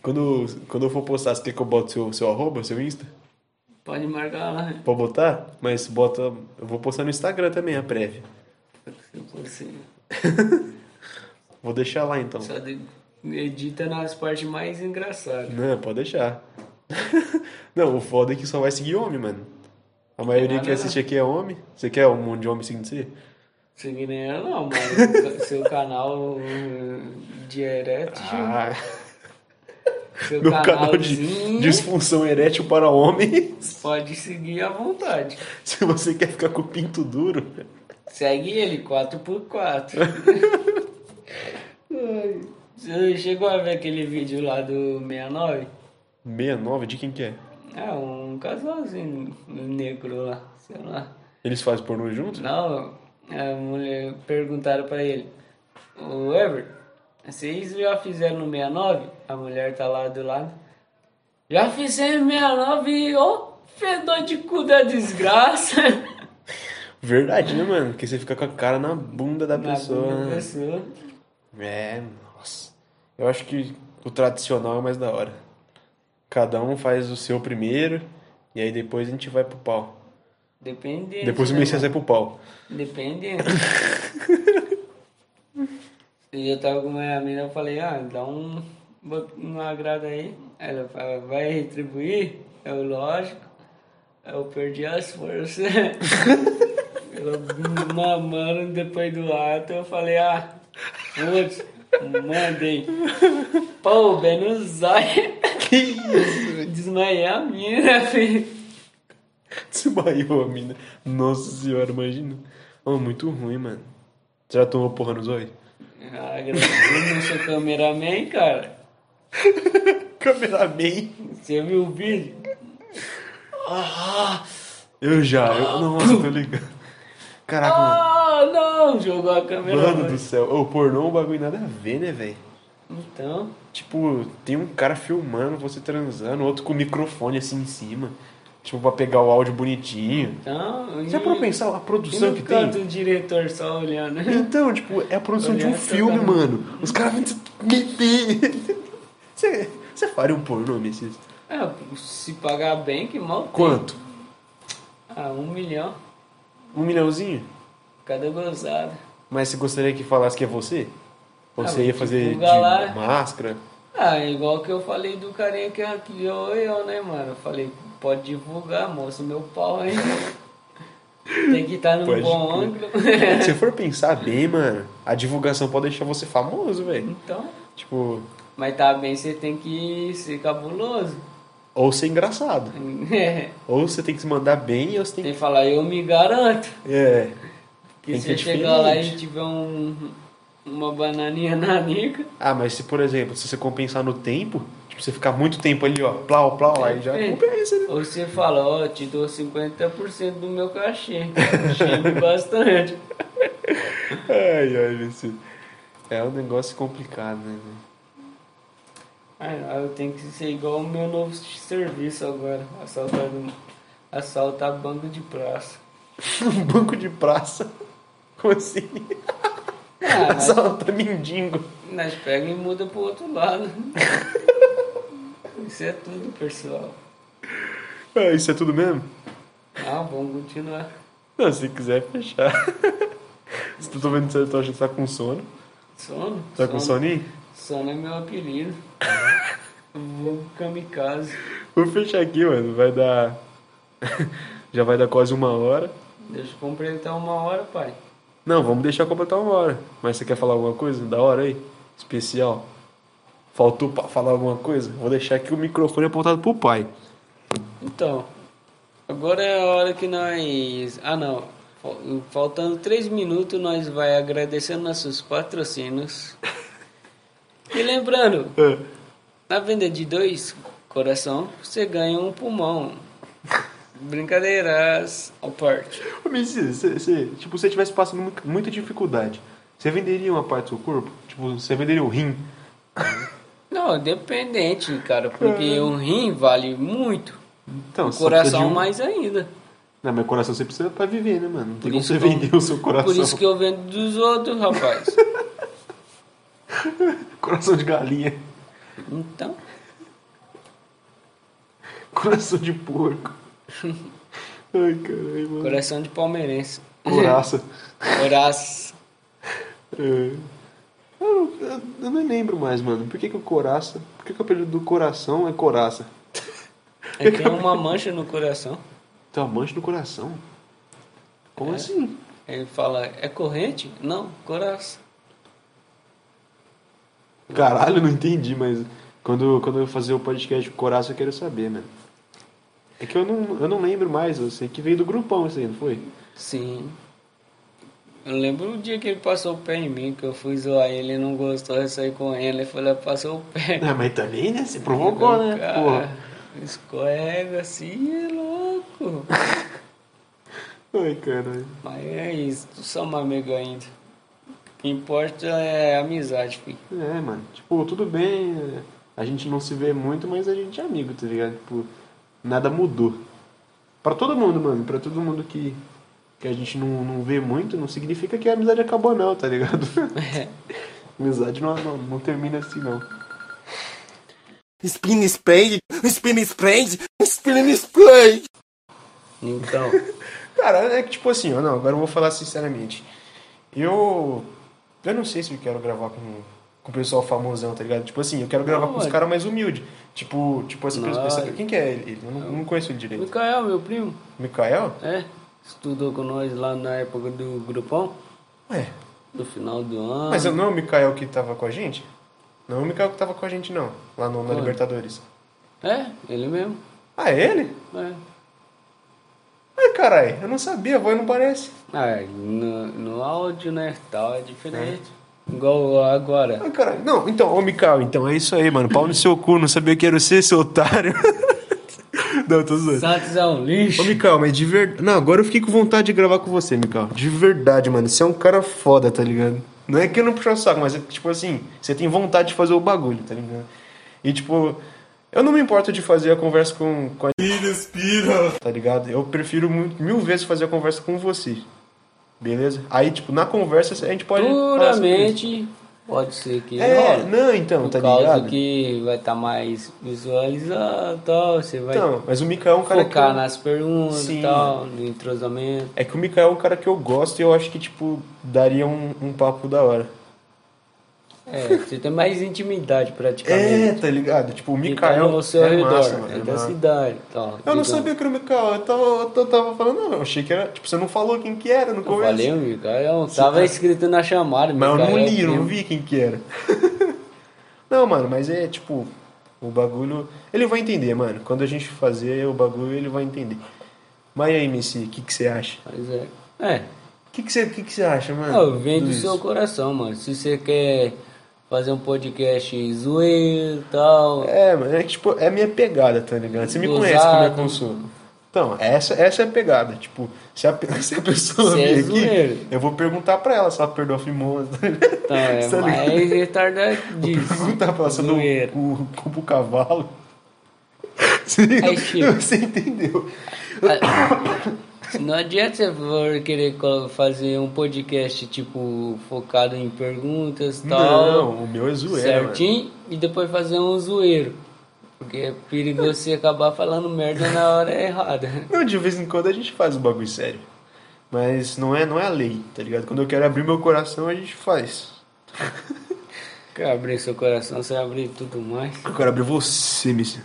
Speaker 1: Quando, quando eu for postar, você quer que eu bote seu, seu arroba, seu Insta?
Speaker 3: Pode marcar lá.
Speaker 1: Pode botar? Mas bota. Eu vou postar no Instagram também a prévia.
Speaker 3: Se possível.
Speaker 1: Vou deixar lá então.
Speaker 3: Só de- edita nas partes mais engraçadas.
Speaker 1: Não, pode deixar. Não, o foda é que só vai seguir homem, mano. A maioria
Speaker 3: Não,
Speaker 1: que
Speaker 3: não,
Speaker 1: assiste aqui é homem. Você quer um monte de homem seguindo você?
Speaker 3: Seguindo ela não, mano. Seu canal uh, direto.
Speaker 1: Ah, tá
Speaker 3: Seu
Speaker 1: meu canal de
Speaker 3: canalzinho
Speaker 1: disfunção erétil para homens.
Speaker 3: pode seguir à vontade.
Speaker 1: Se você quer ficar com o pinto duro.
Speaker 3: Segue ele 4x4. Ai, Você chegou a ver aquele vídeo lá do 69?
Speaker 1: 69, de quem que é?
Speaker 3: É, um casalzinho negro lá, sei lá.
Speaker 1: Eles fazem pornô juntos?
Speaker 3: Não, a mulher perguntaram pra ele, o Ever, vocês já fizeram no 69? A mulher tá lá do lado. Já fizemos 69 e ô fedor de cu da desgraça.
Speaker 1: Verdade, né, mano? Porque você fica com a cara na bunda da
Speaker 3: Na
Speaker 1: pessoa.
Speaker 3: bunda da
Speaker 1: né?
Speaker 3: pessoa.
Speaker 1: É, nossa. Eu acho que o tradicional é mais da hora. Cada um faz o seu primeiro e aí depois a gente vai pro pau.
Speaker 3: Depende.
Speaker 1: Depois o
Speaker 3: né,
Speaker 1: Messias vai pro pau.
Speaker 3: Depende. e eu tava com uma amiga, eu falei, ah, dá um, bot- um agrado aí. Ela fala, vai retribuir? É lógico. Eu perdi as forças. Ela mamando depois do ato, eu falei, ah, putz, mandei. Pô, o Ben não sai.
Speaker 1: Que isso?
Speaker 3: Desmaiei a mina, filho.
Speaker 1: Desmaiou a mina. Nossa senhora, imagina. Oh, muito ruim, mano. Você já tomou porra nos olhos?
Speaker 3: Ah, eu não sou cameraman, cara.
Speaker 1: Cameraman.
Speaker 3: Você viu o vídeo?
Speaker 1: Ah! Eu já, eu. Nossa, eu tô ligado. Caraca, mano.
Speaker 3: Ah, não! Jogou a câmera.
Speaker 1: Mano
Speaker 3: longe.
Speaker 1: do céu. Ô, pornô, o bagulho nada a ver, né, velho?
Speaker 3: Então,
Speaker 1: Tipo, tem um cara filmando você transando, outro com o microfone assim em cima. Tipo, pra pegar o áudio bonitinho.
Speaker 3: então.
Speaker 1: Já parou pra pensar a produção é que tem?
Speaker 3: o diretor só olhando.
Speaker 1: Então, tipo, é a produção de um
Speaker 3: Olhar essa
Speaker 1: filme,
Speaker 3: cara.
Speaker 1: mano. Os caras vão te meter. Você, você faria um pornô, Messias?
Speaker 3: É, se pagar bem, que mal tem.
Speaker 1: Quanto?
Speaker 3: Ah, um milhão.
Speaker 1: Um milhãozinho?
Speaker 3: Cada gozada.
Speaker 1: Mas você gostaria que falasse que é você? Ou
Speaker 3: Ah,
Speaker 1: você ia
Speaker 3: vou
Speaker 1: fazer de
Speaker 3: divulgar lá.
Speaker 1: máscara?
Speaker 3: Ah, é igual que eu falei do carinha que criou eu, né, mano? Eu falei, pode divulgar, moço, meu pau aí. tem que estar num
Speaker 1: Pode
Speaker 3: bom
Speaker 1: crer.
Speaker 3: ângulo.
Speaker 1: Se você for pensar bem, mano, a divulgação pode deixar você famoso, velho.
Speaker 3: então,
Speaker 1: Tipo,
Speaker 3: mas tá bem, você tem que ser cabuloso.
Speaker 1: ou ser engraçado. Ou você tem que se mandar bem, ou você tem
Speaker 3: Tem que falar, eu me garanto.
Speaker 1: que. É.
Speaker 3: Que
Speaker 1: Tem
Speaker 3: se
Speaker 1: que
Speaker 3: eu
Speaker 1: ser
Speaker 3: chegar lá e
Speaker 1: diferente.
Speaker 3: tiver um, uma bananinha na nica,
Speaker 1: Ah, mas se, por exemplo, se você compensar no tempo, tipo, você ficar muito tempo ali, ó, plau, plau, aí já
Speaker 3: Perfeito.
Speaker 1: compensa, né?
Speaker 3: ou você fala, ó, te dou 50% do meu cachê. Chego bastante.
Speaker 1: Ai, ai, Messias. É um negócio complicado, né? velho?
Speaker 3: Ai, não, eu tenho que ser igual o meu novo serviço agora. Assaltar, do- assaltar banco de praça.
Speaker 1: Um banco de praça. Como assim?
Speaker 3: Ah, nós,
Speaker 1: Assalta mendigo.
Speaker 3: nós pega e muda pro outro lado. Isso é tudo, pessoal.
Speaker 1: Ah, isso é tudo mesmo?
Speaker 3: Ah, vamos continuar.
Speaker 1: Não, se quiser fechar. Se tu tá vendo, se tu acha que tá com sono.
Speaker 3: Sono?
Speaker 1: Tá com soninho?
Speaker 3: Sono é meu apelido. Vou kamikaze.
Speaker 1: Vou fechar aqui, mano. Vai dar. Já vai dar quase uma hora.
Speaker 3: Deixa eu completar uma hora, pai.
Speaker 1: Não, vamos deixar completar uma hora. Mas você quer falar alguma coisa da hora aí? Especial? Faltou pra falar alguma coisa? Vou deixar aqui o microfone apontado pro pai.
Speaker 3: Então, agora é a hora que nós. Ah, não. Fal- Faltando três minutos, nós vai agradecendo nossos patrocínios. E lembrando,
Speaker 1: É.
Speaker 3: na venda de dois coração, você ganha um pulmão. Brincadeiras à parte.
Speaker 1: Ô, Messias, você, você, tipo, se você tivesse passando mu- muita dificuldade, você venderia uma parte do seu corpo? Tipo, você venderia o rim?
Speaker 3: Não, dependente, cara, porque o rim vale muito.
Speaker 1: Então,
Speaker 3: O
Speaker 1: você É. só precisa de
Speaker 3: coração
Speaker 1: um...
Speaker 3: mais ainda.
Speaker 1: Não, mas coração você precisa pra viver, né, mano? Não tem
Speaker 3: Por
Speaker 1: como
Speaker 3: isso
Speaker 1: você
Speaker 3: que eu-
Speaker 1: vender o seu coração.
Speaker 3: Por isso que eu vendo dos outros, rapaz.
Speaker 1: Coração de galinha.
Speaker 3: Então,
Speaker 1: Coração de porco. Ai, caralho, mano.
Speaker 3: coração de palmeirense.
Speaker 1: Coraça.
Speaker 3: Horácio.
Speaker 1: É. Eu, eu- eu não lembro mais, mano. Por que, que o coraça. Por que, que o apelido do coração é coraça?
Speaker 3: Eu tenho uma mancha no coração.
Speaker 1: Tem uma mancha no coração? Como
Speaker 3: É.
Speaker 1: assim?
Speaker 3: Ele fala, é corrente? Não, coração.
Speaker 1: Caralho, não entendi, mas quando, quando eu fazer o podcast com coraça, eu quero saber, mano. É que eu não, eu não lembro mais, eu sei que veio do grupão isso aí, não foi?
Speaker 3: Sim. Eu lembro o dia que ele passou o pé em mim, que eu fui zoar ele, ele não gostou, eu saí com ele, ele falou, passou o pé.
Speaker 1: Ah, mas também, né? Você provocou, né?
Speaker 3: Cara.
Speaker 1: Porra.
Speaker 3: Escorrega assim, é louco.
Speaker 1: Ai, caralho.
Speaker 3: Mas é isso, tu são amigo ainda. O que importa é a amizade, filho.
Speaker 1: É, mano. Tipo, tudo bem. é, A gente não se vê muito, mas a gente é amigo, tá ligado? Tipo, nada mudou. Pra todo mundo, mano. Pra todo mundo que, que a gente não, não vê muito, não significa que a amizade acabou, não, tá ligado? amizade não, não, não termina assim, não.
Speaker 4: Spin Sprend, Spin Sprend, Spin Sprend.
Speaker 3: Então,
Speaker 1: Cara, é que tipo assim, ó, não, agora eu vou falar sinceramente. Eu. Eu não sei se eu quero gravar com, com o pessoal famosão, tá ligado? Tipo assim, eu quero gravar
Speaker 3: Não,
Speaker 1: com os
Speaker 3: mano.
Speaker 1: caras mais humildes. Tipo, tipo essa pessoa.
Speaker 3: Não,
Speaker 1: essa-
Speaker 3: ele-
Speaker 1: Quem que é ele? ele? Eu não, não conheço ele direito.
Speaker 3: Micael, meu primo,
Speaker 1: Mikael?
Speaker 3: é, estudou com nós lá na época do grupão,
Speaker 1: Ué.
Speaker 3: do final do ano.
Speaker 1: Mas não é o Mikael que tava com a gente? Não é o Mikael que tava com a gente, não. Lá no, na
Speaker 3: Olha.
Speaker 1: Libertadores.
Speaker 3: É, ele mesmo,
Speaker 1: Ah, é ele?
Speaker 3: é.
Speaker 1: Ai, carai, eu não sabia, a voz não parece.
Speaker 3: Ah, no, no áudio, né, tal, é diferente. Igual agora.
Speaker 1: Ai, caralho. Não, então, ô Mikael, então é isso aí, mano. Pau no seu cu, não sabia que era você, seu otário. não, tô zoando.
Speaker 3: Santos é um lixo.
Speaker 1: Ô, Mikael, mas de verdade. Não, agora eu fiquei com vontade de gravar com você, Mikael. De verdade, mano. Você é um cara foda, tá ligado? Não é que eu não puxo o saco, mas é que, tipo assim, você tem vontade de fazer o bagulho, tá ligado? E tipo, eu não me importo de fazer a conversa com, com a. Tá ligado? Eu prefiro mu- mil vezes fazer a conversa com você. Beleza? Aí, tipo, na conversa a gente pode. falar sobre isso.
Speaker 3: Puramente, pode ser que
Speaker 1: É,
Speaker 3: role.
Speaker 1: não, então,
Speaker 3: Por
Speaker 1: tá
Speaker 3: causa
Speaker 1: ligado?
Speaker 3: que vai estar mais visualizado, tal, você vai
Speaker 1: Então, mas o Mikael é um cara que.
Speaker 3: focar
Speaker 1: eu-
Speaker 3: nas perguntas
Speaker 1: Sim.
Speaker 3: e tal, no entrosamento.
Speaker 1: É que o Mikael é um cara que eu gosto e eu acho que, tipo, daria um, um papo da hora.
Speaker 3: É, você tem mais intimidade
Speaker 1: É,
Speaker 3: praticamente.
Speaker 1: tá ligado? Tipo, o
Speaker 3: Quem
Speaker 1: Mikael
Speaker 3: tá ao seu
Speaker 1: é
Speaker 3: redor,
Speaker 1: massa, mano,
Speaker 3: é então,
Speaker 1: é
Speaker 3: da
Speaker 1: massa.
Speaker 3: cidade. Tal,
Speaker 1: Eu não
Speaker 3: digamos.
Speaker 1: sabia que era o Mikael, eu tava, eu tava- tava falando, não, eu achei que era, tipo, você não falou quem que era no
Speaker 3: Eu
Speaker 1: começo.
Speaker 3: falei, Mikael, tava escrito na chamada.
Speaker 1: tá- Mas eu não
Speaker 3: Mikael, é
Speaker 1: li, eu não
Speaker 3: primo.
Speaker 1: vi quem que era. não, mano, mas é, tipo, o bagulho, ele vai entender, mano, quando a gente fazer o bagulho, ele vai entender. Mas e aí, MC, o que que você acha?
Speaker 3: Mas é. É,
Speaker 1: O que que você, que que você acha, mano?
Speaker 3: ó, vem do
Speaker 1: É, Tudo
Speaker 3: Ah, seu
Speaker 1: isso?
Speaker 3: coração, mano. Se você quer fazer um podcast zoeiro e tal,
Speaker 1: É, mano, é que, tipo, é a minha pegada, tá ligado? Você me
Speaker 3: Gozado.
Speaker 1: conhece como é eu consumo. Então, essa, essa é a pegada. Tipo, se a, pe- se a pessoa
Speaker 3: Você é
Speaker 1: vir aqui,
Speaker 3: zoeiro.
Speaker 1: eu vou perguntar pra ela se ela perdeu a fimose. tá ligado?
Speaker 3: Então, é
Speaker 1: Tá ligado?
Speaker 3: mais
Speaker 1: Vou
Speaker 3: retardadíssimo.
Speaker 1: perguntar pra ela se eu dou
Speaker 3: Zoeiro.
Speaker 1: o cu pro cavalo. Você,
Speaker 3: Aí, Chico.
Speaker 1: você entendeu?
Speaker 3: Ah, Não adianta você for querer co- fazer um podcast, tipo, focado em perguntas e tal.
Speaker 1: Não, o meu é zoeira, mano.
Speaker 3: Então, certinho. E depois fazer um zoeiro. Porque é perigo você acabar falando merda na hora errada.
Speaker 1: Não, de vez em quando a gente faz o bagulho sério. Mas não é, não é a lei, tá ligado? Quando eu quero abrir meu coração, a gente faz.
Speaker 3: Quer abrir seu coração, você abrir tudo mais.
Speaker 1: Eu quero abrir você, Messi.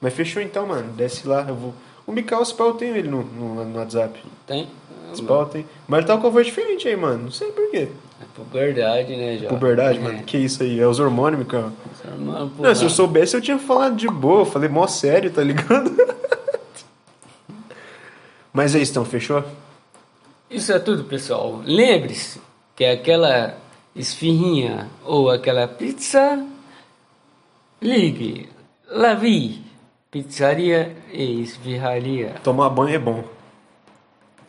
Speaker 1: Mas fechou então, mano. Desce lá, eu vou. O Mikael, se pá, eu tenho ele no, no, no WhatsApp.
Speaker 3: Tem?
Speaker 1: Se pá, eu tenho. Mas ele tá com a voz diferente aí, mano. Não sei porquê.
Speaker 3: É puberdade, né,
Speaker 1: É.
Speaker 3: já?
Speaker 1: Puberdade, mano. Que isso aí? É os hormônios, Mikael.
Speaker 3: Mano, pô,
Speaker 1: Não, se eu soubesse, eu tinha falado de boa. Eu Falei mó sério, tá ligado? Mas é isso então, fechou?
Speaker 3: Isso é tudo, pessoal. Lembre-se que aquela esfirrinha ou aquela pizza, ligue, Lavi, pizzaria e esfirraria.
Speaker 1: Tomar banho é bom.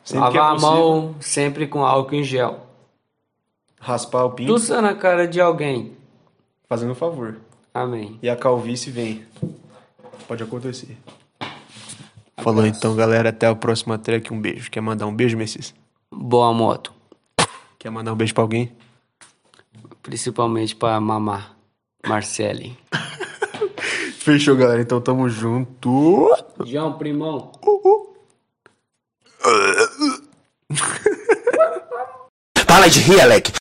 Speaker 1: Sempre que é
Speaker 3: Lavar a
Speaker 1: possível.
Speaker 3: mão sempre com álcool em gel.
Speaker 1: Raspar o pinto,
Speaker 3: Tussa na cara de alguém.
Speaker 1: fazendo um favor.
Speaker 3: Amém.
Speaker 1: E a calvície vem. Pode acontecer. Falou então, galera. Até a próxima track. Um beijo. Quer mandar um beijo, Messias?
Speaker 3: Boa moto,
Speaker 1: Quer mandar um beijo pra alguém?
Speaker 3: principalmente para mamar. Marcele.
Speaker 1: Fechou, galera. Então tamo junto.
Speaker 3: João, primão.
Speaker 4: Fala de rir, Alec.